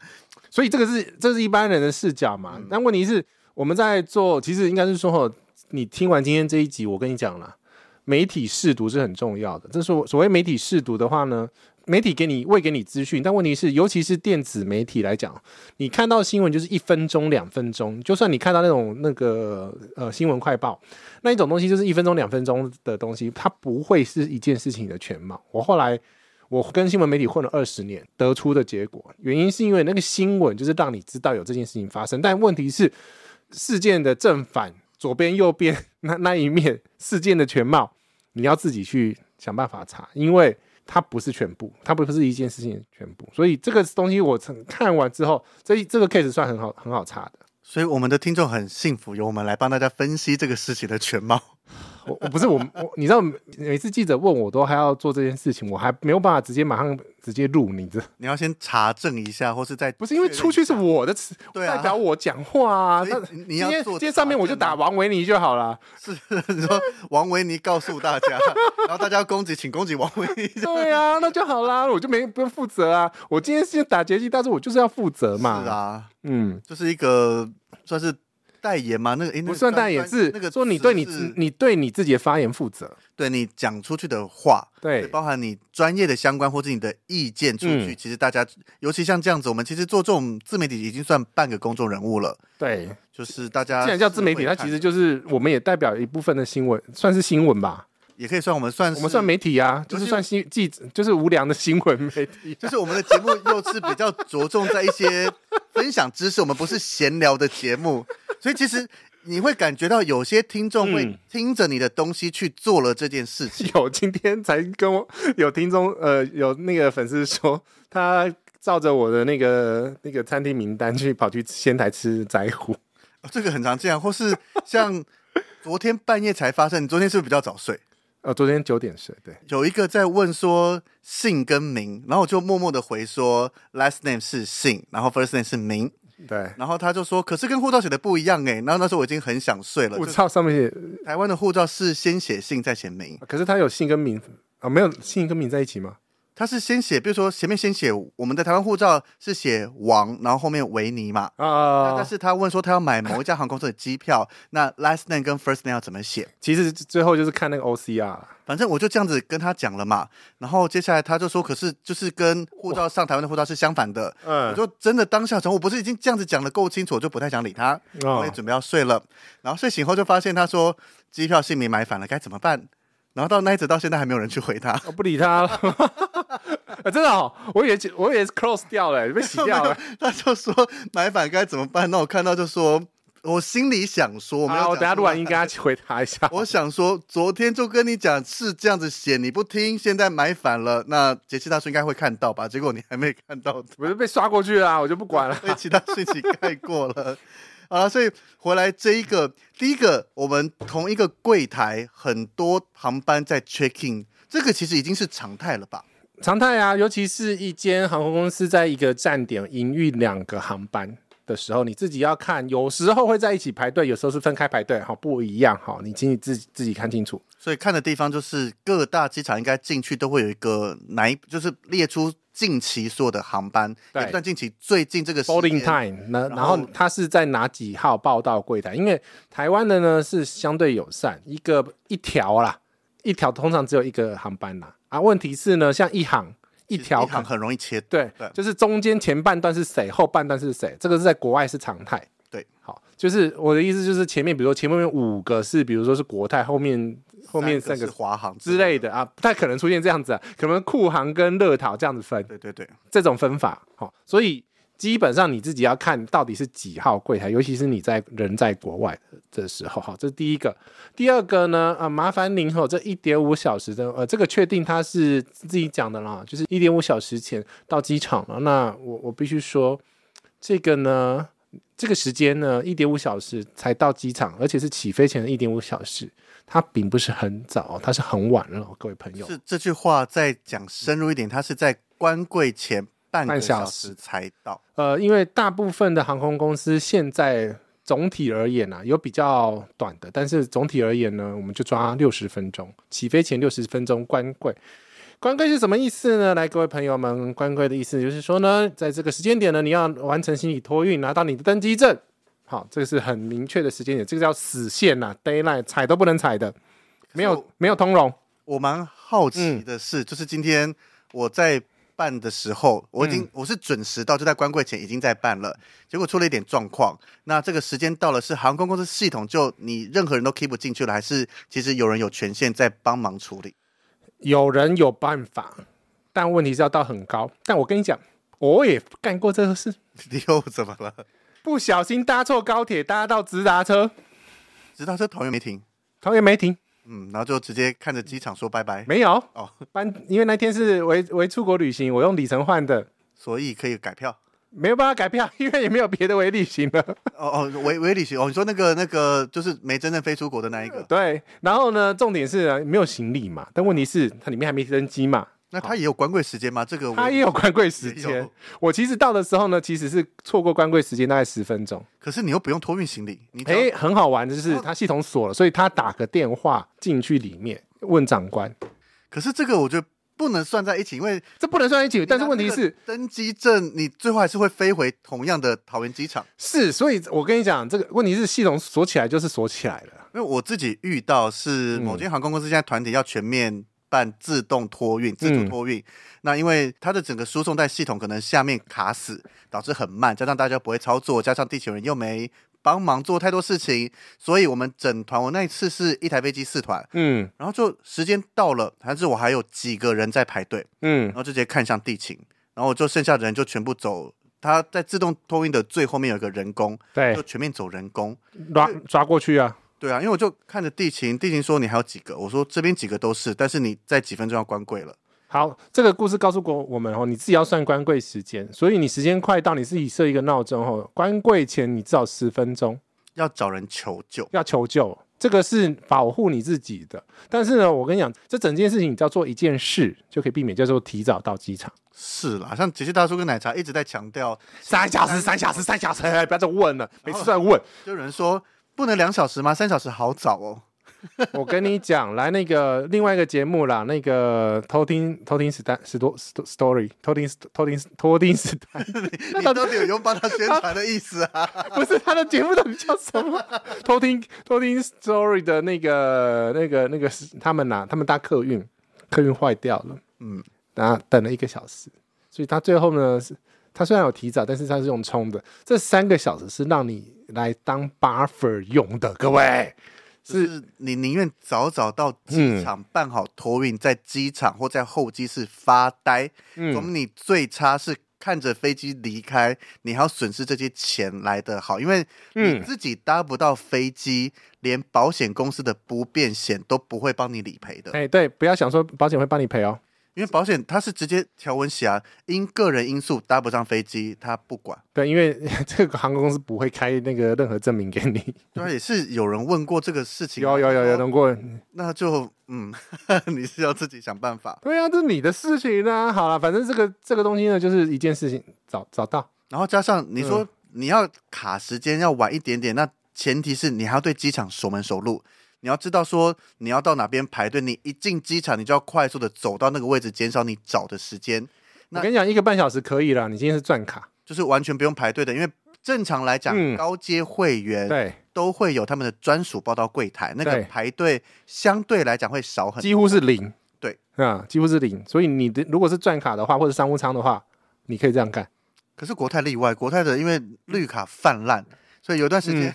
B: 所以这个是这是一般人的视角嘛。但问题是，我们在做，其实应该是说，哦，你听完今天这一集，我跟你讲啦，媒体试读是很重要的。这是我所谓媒体试读的话呢，媒体给你喂给你资讯，但问题是，尤其是电子媒体来讲，你看到新闻就是一分钟、两分钟，就算你看到那种那个呃新闻快报那一种东西，就是一分钟、两分钟的东西，它不会是一件事情的全貌。我后来我跟新闻媒体混了二十年，得出的结果，原因是因为那个新闻就是让你知道有这件事情发生，但问题是事件的正反、左边、右边那那一面事件的全貌，你要自己去想办法查，因为。它不是全部，它不是一件事情的全部，所以这个东西我看完之后，这这个 case 算很好很好查的。
A: 所以我们的听众很幸福，由我们来帮大家分析这个事情的全貌。
B: 我我不是我我，你知道每次记者问我都还要做这件事情，我还没有办法直接马上直接录，你知道？
A: 你要先查证一下，或是再
B: 不是因为出去是我的词，
A: 对啊
B: 代表我讲话啊。那
A: 你你要
B: 今天
A: 做
B: 今天上面我就打王维尼就 好了。
A: 是你说王维尼告诉大家， 然后大家要攻击，请攻击王维 尼。
B: 对啊，那就好啦，我就没不用负责啊。我今天是打劫机，但是我就是要负责嘛。
A: 是，啊，
B: 嗯。
A: 就是一个算是代言嘛，那个诶那个
B: 不算
A: 专
B: 但也
A: 专
B: 是
A: 那个
B: 说你
A: 词
B: 对你
A: 是
B: 自你对你自己的发言负责，
A: 对你讲出去的话，
B: 对
A: 包含你专业的相关或是你的意见出去，
B: 嗯
A: 其实大家尤其像这样子，我们其实做这种自媒体已经算半个公众人物了，
B: 对。
A: 就是大家
B: 既然叫自媒体，
A: 是
B: 它
A: 会看
B: 其实就是我们也代表一部分的新闻，算是新闻吧。
A: 也可以算我们算
B: 我们算
A: 没，
B: 媒体啊，就是算新记，就是无良的新闻媒体。
A: 就是我们的节目又是比较着重在一些分享知识，我们不是闲聊的节目，所以其实你会感觉到有些听众会
B: 嗯
A: 听着你的东西去做了这件事情。
B: 有今天才跟我有听众呃有那个粉丝说，他照着我的那个那个餐厅名单去跑去仙台吃斋虎。
A: 这个很常见啊，或是像昨天半夜才发生，你昨天是不是比较早睡？
B: 呃，昨天九点睡，对，
A: 有一个在问说姓跟名，然后我就默默的回说 last name 是姓，然后 first name 是名，
B: 对，
A: 然后他就说可是跟护照写的不一样哎、然后那时候我已经很想睡了
B: 我。
A: 就
B: 操，上面写，
A: 台湾的护照是先写姓再写名，
B: 可是他有姓跟名啊、没有姓跟名在一起吗？
A: 他是先写，比如说前面先写我们的台湾护照是写王，然后后面维尼嘛。
B: 啊、
A: 但是他问说他要买某一家航空公司的机票，那 last name 跟 first name 要怎么写？
B: 其实最后就是看那个 OCR 啦
A: 反正我就这样子跟他讲了嘛，然后接下来他就说，可是就是跟护照上台湾的护照是相反的，
B: 嗯
A: 我就真的当下想，我不是已经这样子讲的够清楚，我就不太想理他，我也
B: 哦，
A: 准备要睡了，然后睡醒后就发现他说机票姓名买反了，该怎么办？然后到那一直到现在还没有人去回他，
B: 我不理他了， 啊真的哦，我以为我以为是 close 掉了，被洗掉了。
A: 他就说买反该怎么办？那我看到就说，我心里想说， 我没有
B: 啊，
A: 讲
B: 我等下录完
A: 出
B: 音
A: 来
B: 跟他回答一下。
A: 我想说，昨天就跟你讲是这样子写，你不听，现在买反了。那杰西大叔应该会看到吧？结果你还没看到，
B: 我就被刷过去啦，我就不管了。
A: 被其他事情盖过了。 好了，所以回来这一个，第一个，我们同一个柜台很多航班在 check in，这个其实已经是常态了吧？
B: 常态啊，尤其是一间航空公司在一个站点营运两个航班的时候，你自己要看，有时候会在一起排队，有时候是分开排队，哈，不一样哈，你请你自己自己看清楚。
A: 所以看的地方就是各大机场应该进去都会有一个哪一，就是列出近期所有的航班，
B: 对
A: 也不算近期，最近这个时
B: boarding
A: 间
B: time，那
A: 然
B: 然
A: 后
B: 后他是在哪几号报到柜台？因为台湾的呢是相对友善，一个一条啦，一条通常只有一个航班啦。啊，问题是呢，像一行一条
A: 一
B: 可
A: 行很容易切
B: 对
A: 对，
B: 就是中间前半段是谁，后半段是谁，这个是在国外是常态。
A: 对，
B: 好，就是我的意思就是前面，比如说前面五个是，比如说是国泰，后面后面三
A: 个
B: 个
A: 是华航
B: 之类
A: 的。
B: 的啊，不太可能出现这样子啊，可能酷航跟乐淘这样子分。
A: 对对对，
B: 这种分法，好、所以基本上你自己要看到底是几号柜台，尤其是你在人在国外的时候，好、这是第一个。第二个呢，啊，麻烦您哦，这一点五小时的，呃，这个确定他是自己讲的啦，就是一点五小时前到机场了。那我我必须说，这个呢，这个时间呢，一点五小时才到机场，而且是起飞前的一点五小时，它并不是很早，它是很晚了，各位朋友。
A: 是这句话再讲深入一点，它是在关柜前半个
B: 半小
A: 小
B: 时
A: 时才到，
B: 呃，因为大部分的航空公司现在总体而言啊，有比较短的，但是总体而言呢，我们就抓六十分钟，起飞前六十分钟关柜。关柜是什么意思呢？来，各位朋友们，关柜的意思就是说呢，在这个时间点呢，你要完成行李托运，拿到你的登机证。好，这个是很明确的时间点，这个叫死线呐、d a y l i g h t 踩都不能踩的，没有没有通融。嗯
A: 我蛮好奇的是，就是今天我在办的时候，我已经、
B: 嗯
A: 我是准时到，就在关柜前已经在办了，结果出了一点状况。那这个时间到了，是航空公司系统就你任何人都 keep 不进去了，还是其实有人有权限在帮忙处理？
B: 有人有办法，但问题是要到很高。但我跟你讲，我也干过这个事，
A: 你又怎么了？
B: 不小心搭错高铁，搭到直达车，
A: 直达车桃园没停，
B: 桃园没停，
A: 嗯，然后就直接看着机场说拜拜。
B: 没有
A: 哦，
B: 班，因为那天是为为出国旅行，我用里程换的，
A: 所以可以改票。
B: 没有办法改票， 因为也没有别的为旅行了。
A: 哦哦，维维里行哦，你说那个那个就是没真正飞出国的那一个，
B: 对，然后呢，重点是呃没有行李嘛，但问题是它里面还没登机嘛，
A: 那他也有关柜时间吗？这个我
B: 它也哦 有关柜时
A: 也
B: 间
A: 有。
B: 我其实到的时候呢，其实是错过关柜时间大概十分钟。
A: 可是你又不用托运行李，你只要
B: 哎、很好玩的就是它系统锁了，所以他打个电话进去里面问长官，
A: 可是这个我觉得不能算在一起，因为
B: 这不能算一起。但是问题
A: 你拿
B: 是
A: 这个，登机证你最后还是会飞回同样的桃园机场。
B: 是，所以我跟你讲，这个问题是系统锁起来就是锁起来了。
A: 因为我自己遇到是某间航空公司现在团体要全面办自动托运、自
B: 嗯
A: 主托运，那因为它的整个输送带系统可能下面卡死，导致很慢，加上大家不会操作，加上地球人又没帮忙做太多事情，所以我们整团我那一次是一台飞机四团，
B: 嗯
A: 然后就时间到了，还是我还有几个人在排队，
B: 嗯
A: 然，后就直接看向地勤，然后就剩下的人就全部走。它在自动托运的最后面有一个人工，
B: 对
A: 就，全面走人工。
B: 抓抓过去啊。
A: 对啊，因为我就看着地勤，地勤说你还有几个，我说这边几个都是，但是你在几分钟要关柜了。
B: 好，这个故事告诉过我们哦，你自己要算关柜时间，所以你时间快到，你自己设一个闹钟哦，关柜前你至少十分钟
A: 要找人求救，
B: 要求救，这个是保护你自己的。但是呢，我跟你讲，这整件事情你只要做一件事就可以避免，叫做提早到机场。
A: 是啦，像杰西大叔跟奶茶一直在强调，
B: 三小时，三小时，三小时，哎不要再问了，每次都在问。
A: 就有人说不能两小时吗？三小时好早哦。
B: 我跟你讲，来那个另外一个节目啦，那个偷听偷听时代时多 story 偷听偷听偷听时代，
A: 你到底有用帮他宣传的意思啊？
B: 不是他的节目到底叫什么？偷听偷听 story 的那个那个那个是他们呐、他们搭客运，客运坏掉了，
A: 嗯，
B: 然后等了一个小时，所以他最后呢是，他虽然有提早，但是他是用冲的，这三个小时是让你来当 buffer 用的，各位。
A: 是你宁愿早早到
B: 嗯
A: 机场办好托运，在机场或在候机室发呆，
B: 嗯
A: 总你最差是看着飞机离开，你还要损失这些钱来的好，因为你
B: 嗯
A: 自己搭不到飞机，连保险公司的不便险都不会帮你理赔的，
B: 哎、对，不要想说保险会帮你赔哦。
A: 因为保险它是直接条文写啊，因个人因素搭不上飞机，它不管。
B: 对，因为 这个航空公司不会开那个任何证明给你。
A: 对啊，也是有人问过这个事情，啊
B: 有有有有，通过。
A: 那就嗯， 你是要自己想办法。
B: 对啊，这是你的事情啊。好了，反正这个这个东西呢，就是一件事情，找找到。
A: 然后加上你
B: 嗯
A: 说你要卡时间要晚一点点，那前提是你还要对机场熟门熟路，你要知道说你要到哪边排队，你一进机场你就要快速的走到那个位置，减少你找的时间，那
B: 我跟你讲，一个半小时可以了。你今天是赚卡，
A: 就是完全不用排队的，因为。正常来讲，
B: 嗯
A: 高阶会员
B: 对，
A: 都会有他们的专属报到柜台，那个
B: 对
A: 排队相对来讲会少很多。
B: 几乎是零。
A: 对，
B: 啊、几乎是零。所以你的如果是赚卡的话，或者商务舱的话，你可以这样干。
A: 可是国泰例外，国泰的因为绿卡泛滥，所以有一段时间、
B: 嗯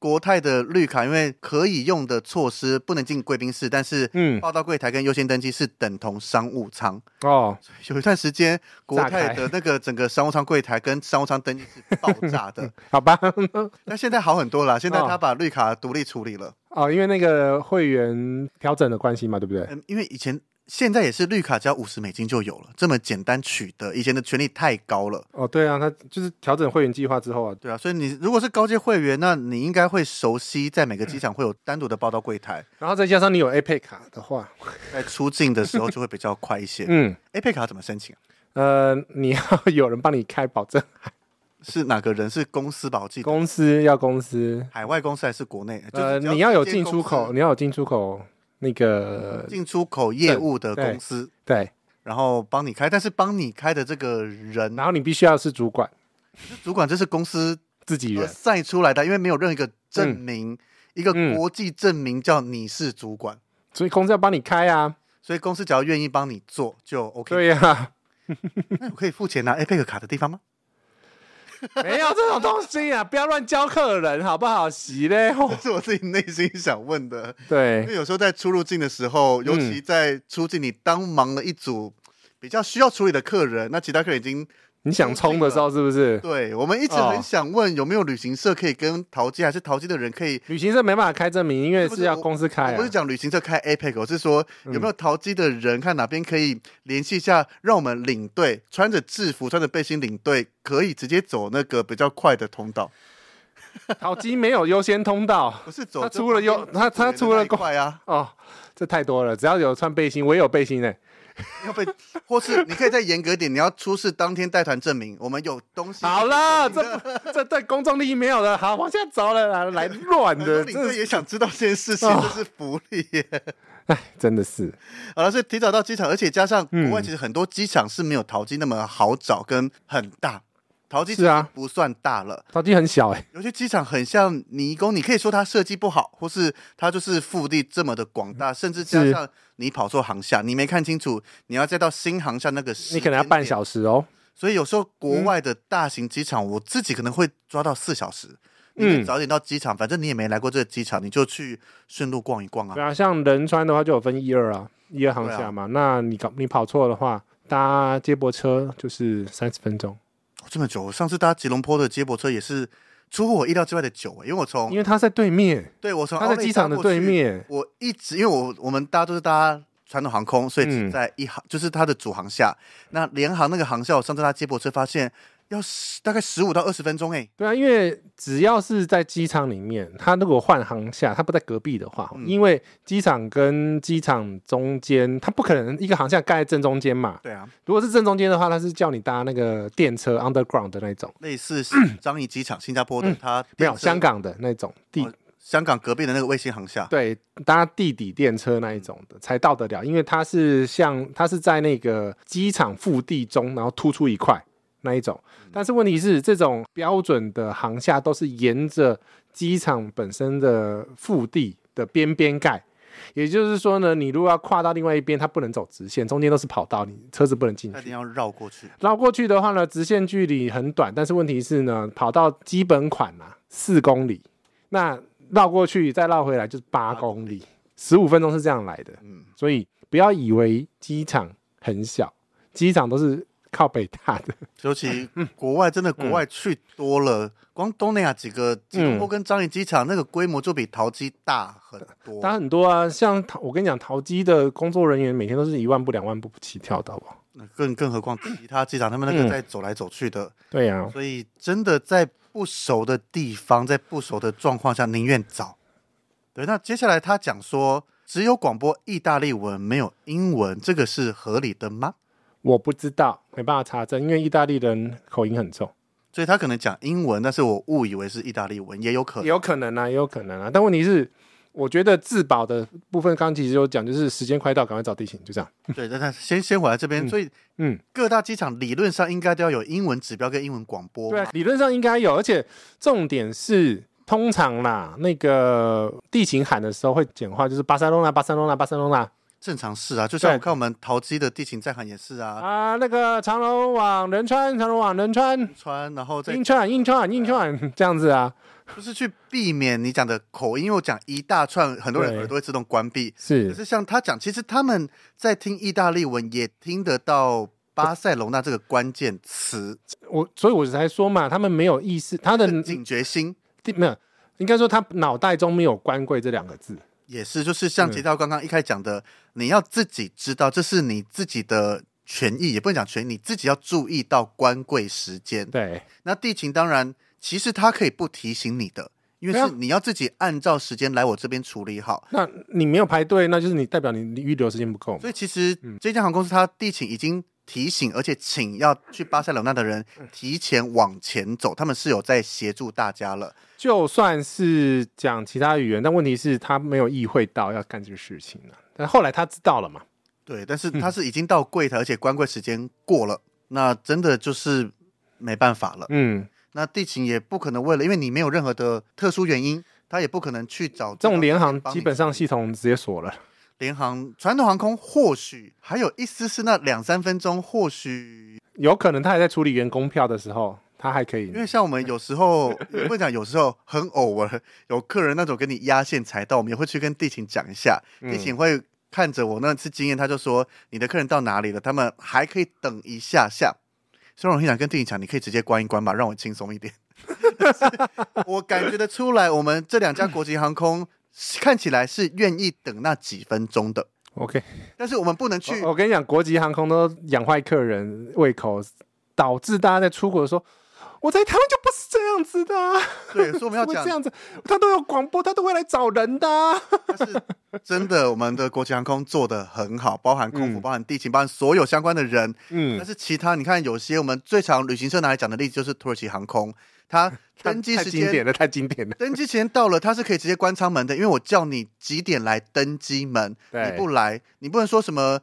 A: 国泰的绿卡因为可以用的措施不能进贵宾室，但是
B: 嗯，
A: 报到柜台跟优先登记是等同商务舱。
B: 哦，
A: 有一段时间，国
B: 炸
A: 泰
B: 开
A: 的那个整个商务舱柜台跟商务舱登记是爆炸 的。
B: 好吧。
A: 那现在好很多了，现在
B: 哦
A: 他把绿卡独立处理了。
B: 哦，因为那个会员调整的关系嘛，对不对？
A: 嗯，因为以前现在也是绿卡只要五十美金就有了，这么简单取得，以前的权利太高了。
B: 哦，对啊，他就是调整会员计划之后啊，
A: 对啊，所以你如果是高阶会员，那你应该会熟悉，在每个机场会有单独的报到柜 台，
B: 然后再加上你有 a p e 卡的话，
A: 在出境的时候就会比较快一些。
B: 嗯，
A: A 配卡怎么申请啊？
B: 呃，你要有人帮你开 保证，
A: 是哪个人？是公司吧？我记得
B: 公司要公司，
A: 海外公司还是国内？就是
B: 呃，
A: 只要
B: 你要有
A: 直接
B: 进出
A: 公
B: 口，
A: 司嗯
B: 你要有进出口那个
A: 进出口业务的
B: 呃对
A: 公司，
B: 对，
A: 然后帮你开，但是帮你开的这个人啊
B: 然后你必须要是主管嗯
A: 主管，这是公司呃
B: 自己人，
A: 晒出来的，因为没有任何一个证明，一个
B: 嗯
A: 国际证明叫你是主管，
B: 所以公司要帮你开啊，
A: 所以公司只要愿意帮你做就 OK。
B: 对呀、
A: 那我可以付钱拿 APEC 卡的地方吗？
B: 没有这种东西啊！不要乱教客人，好不好？洗嘞，吼
A: 这是我自己内心想问的，
B: 嗯
A: 因 为
B: 对，
A: 有时候在出入境的时候，尤
B: 嗯
A: 其在出境，你当忙了一组比较需要处理的客人，那其他客人已经
B: 你想冲的时候是不是？
A: 对我们一直
B: 哦
A: 很想问有没有旅行社可以跟淘机，还是淘机的人可以？
B: 旅行社没办法开证明，因为
A: 不
B: 是
A: 是
B: 要
A: 我
B: 公司开、
A: 我
B: 啊嗯
A: 不是。讲旅行社开 APEC，我是说有没有淘机的人，看哪边可以联系一下，让我们领队穿着制服、穿着背心领队，可以直接走那个比较快的通道，
B: 淘机没有优先 通道
A: 不是走
B: 他
A: 这
B: 出了
A: 旁边
B: 又他他
A: 走的
B: 出了
A: 那一
B: 公
A: 块啊，
B: 哦，这太多了。只要有穿背心，我也有背心呢、
A: 要被，或是你可以再严格一点，你要出示当天带团证明，我们有东西。
B: 好 了，这不这对公众利益没有了。好，往下走了 啦，来乱
A: 很多
B: 的，
A: 领
B: 这
A: 队也想知道这件事情，
B: 哦
A: 这是福利耶。
B: 哎真的是
A: 好了，所以提早到机场，而且加上
B: 嗯
A: 国外其实很多机场是没有淘机那么好找跟很大，淘机
B: 是啊
A: 不算大了。
B: 淘机很小哎、
A: 有些机场很像迷宫，你可以说它设计不好，或是它就是腹地这么的广大，甚至加
B: 嗯是
A: 上你跑错航厦，你没看清楚，你要再到新航厦那个时
B: 你可能要
A: 间
B: 半
A: 点
B: 小时嗯哦。
A: 所以有时候国外的大型机场，我自己可能会抓到四小时。你
B: 嗯
A: 就早点到机场，反正你也没来过这个机场，你就去顺路逛一逛
B: 对
A: 啊。
B: 啊，像仁川的话就有分一二啊，一二航
A: 对
B: 厦
A: 啊
B: 嘛。那你搞你跑错的话，搭接驳车就是三十分钟，
A: 哦这么久，我上次搭吉隆坡的接驳车也是出乎我意料之外的久、欸，因为我从
B: 因为它在对面，
A: 对我从
B: 它
A: 奥
B: 在
A: 内
B: 机场的
A: 搭过去
B: 对，面。
A: 我一直因为我我们大家都是搭传统航空，所以只
B: 嗯
A: 在一航、就是它的主航下，那联航那个航下，我上次搭接驳车发现要十大概十五到二十分钟哎、欸
B: 对啊，因为只要是在机场里面，它如果换航厦，它不在隔壁的话，
A: 嗯
B: 因为机场跟机场中间，它不可能一个航厦盖在正中间嘛。
A: 对啊，
B: 如果是正中间的话，它是叫你搭那个电车 underground 的那种，
A: 类 似樟宜机场，新加坡的
B: 嗯
A: 它
B: 没有
A: 电车
B: 香港的那种地
A: 哦香港隔壁的那个卫星航厦，
B: 对，搭地底电车那一种的才到得了，因为它是像它是在那个机场腹地中，然后突出一块那一种。
A: 嗯
B: 但是问题是，这种标准的航厦都是沿着机场本身的腹地的边边盖。也就是说呢，你如果要跨到另外一边，它不能走直线，中间都是跑道，你车子不能进
A: 它一
B: 去
A: 定。要绕过去。
B: 绕过去的话呢，直线距离很短，但是问题是呢，跑到基本款啦、啊，四公里，那绕过去再绕回来就是八公里，十五分钟是这样来的。
A: 嗯，
B: 所以不要以为机场很小，机场都是靠北大的。
A: 尤其
B: 嗯
A: 国外真的国外去多了，光东南亚几个吉
B: 嗯
A: 隆坡跟樟宜机场那个规模就比桃机大很多。
B: 当然很多啊，像淘我跟你讲，淘机的工作人员每天都是一万步、两万步起跳的，好不好？
A: 那更更何况其他机场，他们那个
B: 嗯
A: 在走来走去的，
B: 对呀、啊，
A: 所以真的在不熟的地方，在不熟的状况下，宁愿早。对，那接下来他讲说，只有广播意大利文没有英文，这个是合理的吗？
B: 我不知道，没办法查证，因为意大利人口音很重。
A: 所以他可能讲英文，但是我误以为是意大利文，也有可能。
B: 有可能啊，也有可能啊。但问题是，我觉得自保的部分，刚刚其实有讲，就是时间快到，赶快找地形，就这样。
A: 对，但他先先回来这边，所以
B: 嗯，
A: 各大机场理论上应该都要有英文指标跟英文广播
B: 对
A: 嘛。
B: 啊，理论上应该有，而且重点是。通常啦，那个地形喊的时候会简化，就是巴塞隆纳、巴塞隆纳、巴塞隆纳
A: 正常是啊，就像
B: 对
A: 我看我们淘机的地勤在喊也是啊，
B: 啊，那个长龙往仁川，长龙往仁川，
A: 川，然后再
B: 硬串、硬串、硬串 这样子啊，
A: 就是去避免你讲的口音，因为我讲一大串，很多人
B: 对
A: 耳朵会自动关闭。可
B: 是
A: 是像他讲，其实他们在听意大利文也听得到巴塞隆纳这个关键词，
B: 我，所以我才说嘛，他们没有意识，他的
A: 这警觉心
B: 没有，应该说他脑袋中没有“官贵”这两个字，
A: 也是，就是像提到刚刚一开始讲的，你要自己知道，这是你自己的权益，也不能讲权益，你自己要注意到官贵时间。
B: 对，
A: 那地勤当然，其实它可以不提醒你的，因为
B: 对啊
A: 是你要自己按照时间来我这边处理好。
B: 那你没有排队，那就是你代表你预留时间不够嘛
A: 所以其实
B: 嗯
A: 这家航空公司它地勤已经提醒，而且请要去巴塞罗那的人
B: 嗯
A: 提前往前走，他们是有在协助大家了。
B: 就算是讲其他语言，但问题是他没有意会到要干这个事情啊。但后来他知道了嘛？
A: 对，但是
B: 嗯
A: 他是已经到柜台，而且关柜时间过了，那真的就是没办法了。
B: 嗯，
A: 那地勤也不可能为了，因为你没有任何的特殊原因，他也不可能去找
B: 这种联航
A: 帮你
B: 基本上系统直接锁了。
A: 联航传统航空或许还有一丝丝那两三分钟，或许
B: 有可能他还在处理员工票的时候，他还可以
A: 因为像我们有时候，也不能讲有时候很偶尔有客人那种跟你压线才到，我们也会去跟地勤讲一下，地勤会看着我那次经验，他就说你的客人到哪里了，他们还可以等一下下。所以我很想跟地勤讲，你可以直接关一关吧，让我轻松一点。 我感觉得出来，我们这两家国际航空看起来是愿意等那几分钟的，
B: OK。
A: 但是我们不能去
B: 我我跟你讲，国际航空都养坏客人胃口，导致大家在出国的时候，我在台湾就不是这样子的、啊，
A: 对，所以我们要
B: 怎么
A: 讲
B: 这样子，他都有广播，他都会来找人的啊、
A: 但是真的，我们的国际航空做的很好，包含空服、
B: 嗯
A: 包含地勤、包含所有相关的人。但
B: 嗯，
A: 是其他，你看有些我们最常旅行社拿来讲的例子就是土耳其航空， 它登机
B: 太
A: 时
B: 经典
A: 间
B: 了， 太经典了。
A: 登机时间到了，它是可以直接关舱门的，因为我叫你几点来登机门，
B: 对
A: 你不来，你不能说什么。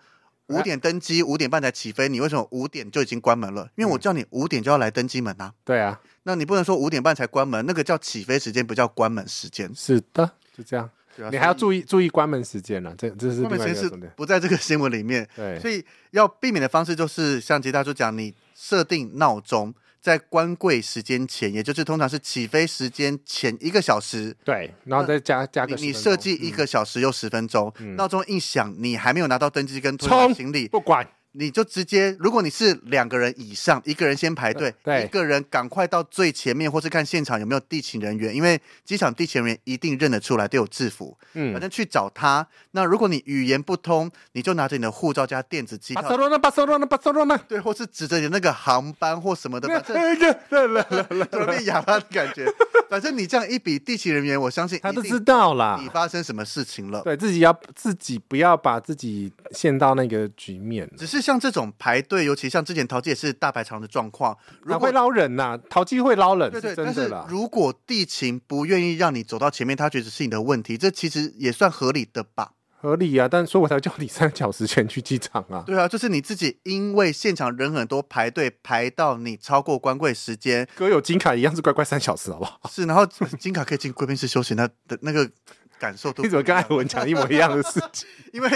A: 五点登机，五点半才起飞，你为什么五点就已经关门
B: 嗯
A: 了？因为我叫你五点就要来登机门啊，
B: 对啊，
A: 那你不能说五点半才关门，那个叫起飞时间，不叫关门时间。
B: 是的，就这样。
A: 对啊
B: 你还要
A: 所
B: 注意注意关门时间啊了，这这是
A: 以
B: 另
A: 关
B: 外
A: 门
B: 一
A: 时间
B: 个
A: 是
B: 重点。
A: 不在这个新闻里面，
B: 对，
A: 所以要避免的方式就是像吉大叔讲，你设定闹钟在关柜时间前，也就是通常是起飞时间前一个小时，
B: 对，然后再加加个
A: 你你
B: 10分钟嗯
A: 设计一个小时又十分钟，闹钟一响，你还没有拿到登机跟退还
B: 冲
A: 行李，
B: 不管
A: 你就直接，如果你是两个人以上，一个人先排队，
B: 对
A: 一个人赶快到最前面，或是看现场有没有地勤人员，因为机场地勤人员一定认得出来，都有制服，
B: 嗯
A: 反正去找他。那如果你语言不通，你就拿着你的护照加电子机
B: 巴
A: 票
B: 塞罗那，巴塞罗那，巴塞 罗那，
A: 对，或是指着你那个航班或什么的， 反
B: 哎
A: 正
B: 那
A: 突然变哑巴的感 觉。反正你这样一比，地勤人员我相信
B: 他
A: 一
B: 都
A: 定
B: 知道啦
A: 你。发生什么事情了。
B: 对自己要自己不要把自己陷到那个局面，
A: 只是像这种排队，尤其像之前桃姐是大排长龙的状况，如
B: 他
A: 果
B: 会捞人呐、淘气会捞人，
A: 对
B: 是
A: 对，
B: 真
A: 但
B: 的
A: 是
B: 啦。
A: 如果地勤不愿意让你走到前面，他觉得是你的问题，这其实也算合理的吧？
B: 合理啊，但所以我才叫你三小时前去机场啊。
A: 对啊，就是你自己因为现场人很多，排队排到你超过关柜时间，
B: 哥有金卡一样是乖乖三小时，好不好？
A: 是，然后金卡可以进贵宾室休息，那的那个感受 都
B: 你怎么跟艾文讲一模一样的事情？
A: 因为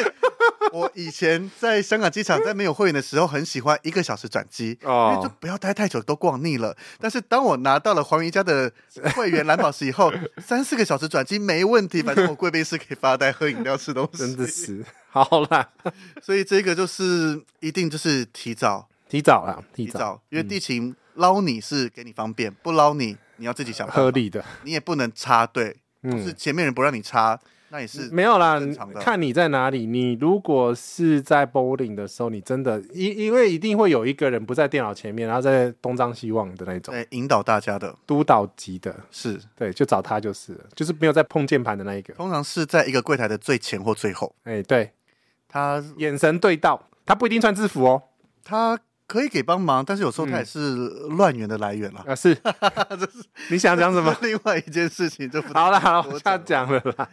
A: 我以前在香港机场，在没有会员的时候，很喜欢一个小时转机，
B: 哦
A: 因为就不要待太久，都逛腻了。但是当我拿到了黄瑜家的会员蓝宝石以后，三四个小时转机没问题，反正我贵宾室可以发呆、喝饮料、吃东西。
B: 真的是，好啦，
A: 所以这个就是一定就是提早
B: 提早啦，提
A: 提
B: 早，嗯
A: 早，因为地勤捞你是给你方便，不捞你你要自己想办法
B: 合，理的。
A: 你也不能插队，就
B: 嗯
A: 是前面人不让你插，那也是
B: 没有啦
A: 正常的，
B: 看你在哪里。你如果是在 bowling 的时候，你真的因因为一定会有一个人不在电脑前面，然后在东张西望的那种
A: 对引导大家的
B: 督导级的，
A: 是。
B: 对，就找他就是了，就是没有在碰键盘的那一个。
A: 通常是在一个柜台的最前或最后。
B: 哎、对，
A: 他
B: 眼神对到，他不一定穿制服哦。
A: 他可以给帮忙，但是有时候他也是乱源的来源了。
B: 啊，是，你想讲什么？
A: 另外一件事情就 不
B: 嗯好啦，好啦，
A: 多
B: 我下讲了啦。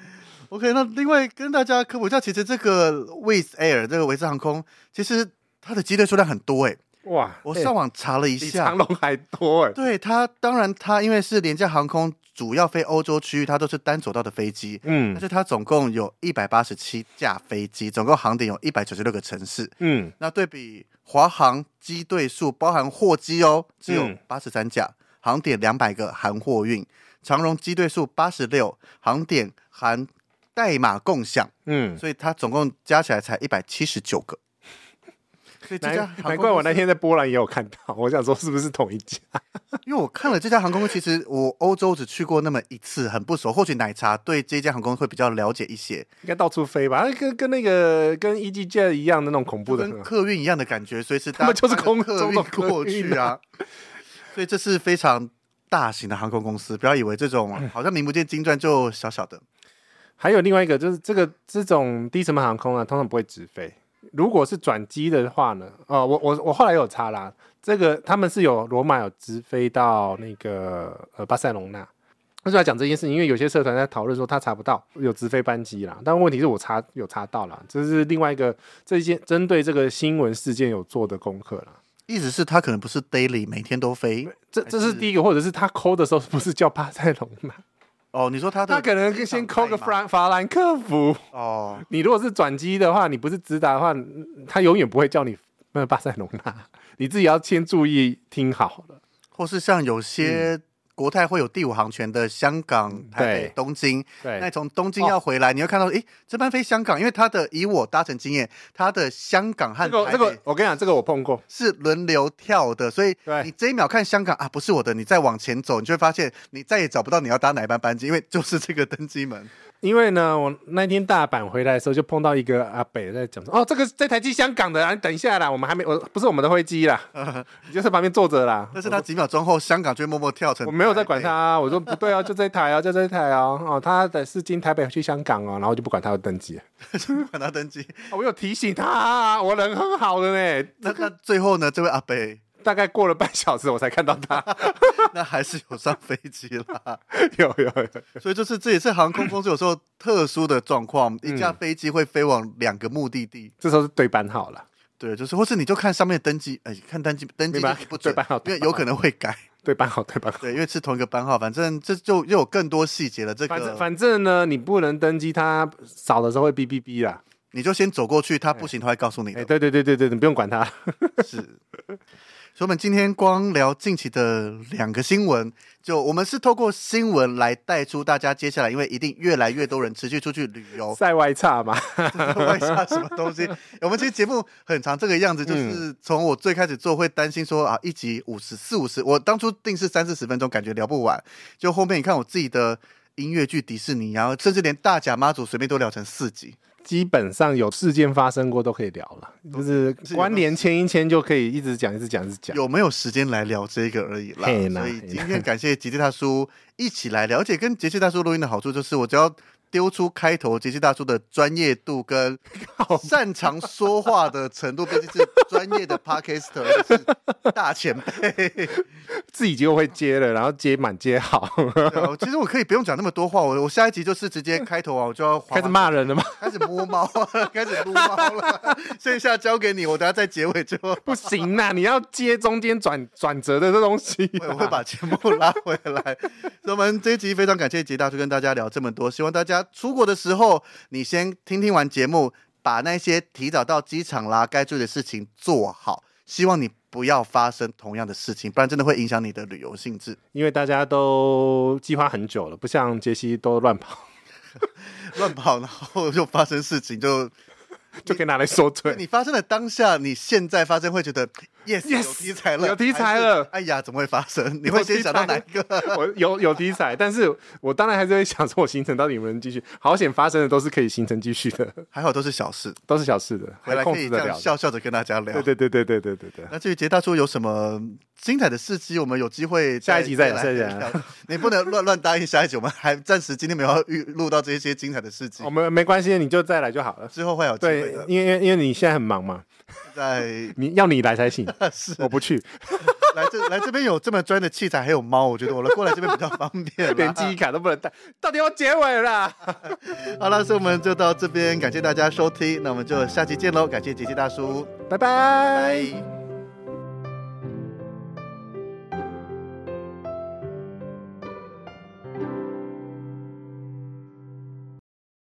A: OK。那另外跟大家科普一下，其实这个 Wizz Air 这个维斯航空，其实它的机队数量很多诶、
B: 哇，
A: 我
B: 哎
A: 上网查了一
B: 比
A: 下，
B: 长龙还多哎。
A: 对它，当然它因为是廉价航空，主要飞欧洲区域，它都是单走道的飞机。但
B: 嗯
A: 是它总共有一百八十七架飞机，总共航点有一百九十六个城市。
B: 嗯，
A: 那对比华航机队数，包含货机哦，只有
B: 嗯
A: 八十三架，航点两百个，含货运；长荣机队数八十六，航点含代码共享，
B: 嗯，
A: 所以它总共加起来才一百七十九个。 所以这
B: 难
A: 家航空
B: 难怪我
A: 公司
B: 那，天在波兰也有看到，我想说是不是同一家？
A: 因为我看了这家航空公司，其实我欧洲只去过那么一次，很不熟。或许奶茶对这家航空会比较了解一些，
B: 应该到处飞吧？那跟跟那个跟 E G J 一样的那种恐怖
A: 就
B: 的，
A: 跟客运一样的感觉，随时
B: 他们
A: 搭
B: 就是
A: 搭个
B: 空
A: 客
B: 中
A: 运
B: 的客
A: 过去
B: 运
A: 啊。所以这是非常大型的航空公司，不要以为这
B: 嗯
A: 种好像名不见经传就小小的，
B: 还有另外一个就是这个这种低成本航空啊，通常不会直飞。如果是转机的话呢，呃，我我我后来有查啦，这个他们是有罗马有直飞到那个呃巴塞隆纳。为什么要讲这件事情？因为有些社团在讨论说他查不到有直飞班机啦，但问题是我查有查到啦，这是另外一个这一件针对这个新闻事件有做的功课啦。
A: 意思是它可能不是 daily 每天都飞，
B: 这这是第一个，或者是他抠的时候不是叫巴塞隆纳？
A: 哦，你说他的
B: 他可能先扣
A: 上
B: 个
A: 菜吗
B: 法法兰克福。
A: 哦，
B: 你如果是转机的话，你不是直达的话，嗯他永远不会叫你那巴塞隆纳，你自己要先注意听好了。
A: 或是像有些国泰会有第五航权的香港、台北
B: 嗯对、
A: 东京，那
B: 对，
A: 从东京
B: 哦
A: 要回来，你会看到，诶，这班飞香港，因为它的以我搭乘经验，它的香港和
B: 这个
A: 台
B: 这个
A: 北，
B: 我跟你讲，这个我碰过。
A: 是轮流跳的，所以
B: 对
A: 你这一秒看香港啊，不是我的，你再往前走，你就会发现你再也找不到你要搭哪一班班机，因为就是这个登机 门。
B: 因为呢，我那天大阪回来的时候，就碰到一个阿北在讲说：“哦，这个这台机香港的，啊，你等一下啦，我们还没，我不是我们的飞机啦，你就在旁边坐着啦。”
A: 嗯但是他几秒钟后，香港就会默默跳成。
B: 我没有在 管他、。啊，我说不对啊，就这一台啊，就这一台啊，哦，他的是经台北去香港哦，然后我就不管他的登记了、
A: 管他登机。
B: 哦我有提醒他、啊，我人很好的呢，
A: 那 那最后呢？这位阿北，
B: 大概过了半小时我才看到他，
A: 那还是有上飞机啦。
B: 有有有，
A: 所以就是这也是航空公司有时候特殊的状况，
B: 嗯
A: 一架飞机会飞往两个目的地。
B: 这时候是对班号了，
A: 对，就是或是你就看上面的登机，哎，看登机登机
B: 明白
A: 就是不准
B: 对班号，
A: 因为
B: 对班号
A: 有可能会改。
B: 对班号，对班号。
A: 对，因为是同一个班号，反正这就又有更多细节了。这
B: 反正
A: 个
B: 反正呢，你不能登机，他少的时候会哔哔哔啦。
A: 你就先走过去，他不行他会告诉你的。
B: 哎、对对对对对，你不用管他。，
A: 是。所以，我们今天光聊近期的两个新闻，就我们是透过新闻来带出大家接下来，因为一定越来越多人持续出去旅游
B: 塞外差嘛，
A: 问一下什么东西。我们其实节目很长，这个样子
B: 嗯
A: 就是从我最开始做会担心说啊，一集五十四五十，我当初定是三四十分钟，感觉聊不完。就后面你看我自己的音乐剧、迪士尼，然后甚至连大甲妈祖随便都聊成四集。
B: 基本上有事件发生过都可以聊了，就是关联牵一牵就可以一直讲一直讲一直讲。
A: 有没有时间来聊这个而已啦。
B: 嘿啦
A: 所以
B: 嘿啦
A: 今天感谢杰西大叔一起来聊，而且跟杰西大叔录音的好处就是，我只要丢出开头杰西大叔的专业度 跟擅长说话的程度，毕竟是专业 的 podcaster，而且是大前辈。
B: 自己就会接了，然后接满接好，
A: 对啊其实我可以不用讲那么多话，我我下一集就是直接开头啊，我就要滑
B: 开始骂人了吗？
A: 开始摸猫 了，开始撸猫了， 剩下交给你，我等下在结尾就。
B: 不行啦，你要接中间转转折的这东西、
A: 我我会把节目拉回来。所以我们这一集非常感谢杰大叔跟大家聊这么多，希望大家出国的时候，你先听听完节目，把那些提早到机场啦该做的事情做好，希望你不要发生同样的事情，不然真的会影响你的旅游性质。
B: 因为大家都计划很久了，不像杰西都乱 跑，
A: 乱跑，然后就发生事情，就
B: 就可以拿来说
A: 对
B: 嘴。
A: 你发生的当下，你现在发生会觉得 yes,
B: Yes，
A: 有题材了，
B: 有题材了
A: 还是哎呀，怎么会发生？你会先想到哪一个？
B: 我有有题材，但是我当然还是会想说，我行程到底有没有人继续？好险发生的都是可以行程继续的，
A: 还好都是小事，
B: 都是小事的，
A: 回
B: 还
A: 来
B: 控
A: 可以
B: 制
A: 这
B: 得
A: 样
B: 了。
A: 笑笑着跟大家聊。
B: 对对对对对对对对。
A: 那至于杰大叔有什么精彩的事迹，我们有机会
B: 下一集再
A: 来
B: 下一集
A: 聊
B: 再来
A: 你不能乱乱答应下一集，我们还暂时今天没有要预录到这些精彩的事迹
B: 我，们没关系，你就再来就好了。
A: 之后会有机会
B: 对
A: 的，。
B: 因为因为因为你现在很忙嘛，
A: 在
B: 你要你来才 行，
A: 是
B: 我不去，
A: 来这来这边有这么专业的器材，还有猫，我觉得我来过来这边比较方 便
B: 连
A: 啦。
B: 记忆卡都不能带，到底要结尾啦。
A: 好了，所以我们就到这边，感谢大家收听，那我们就下期见喽，感谢杰杰大叔，
B: 拜拜。
A: 拜。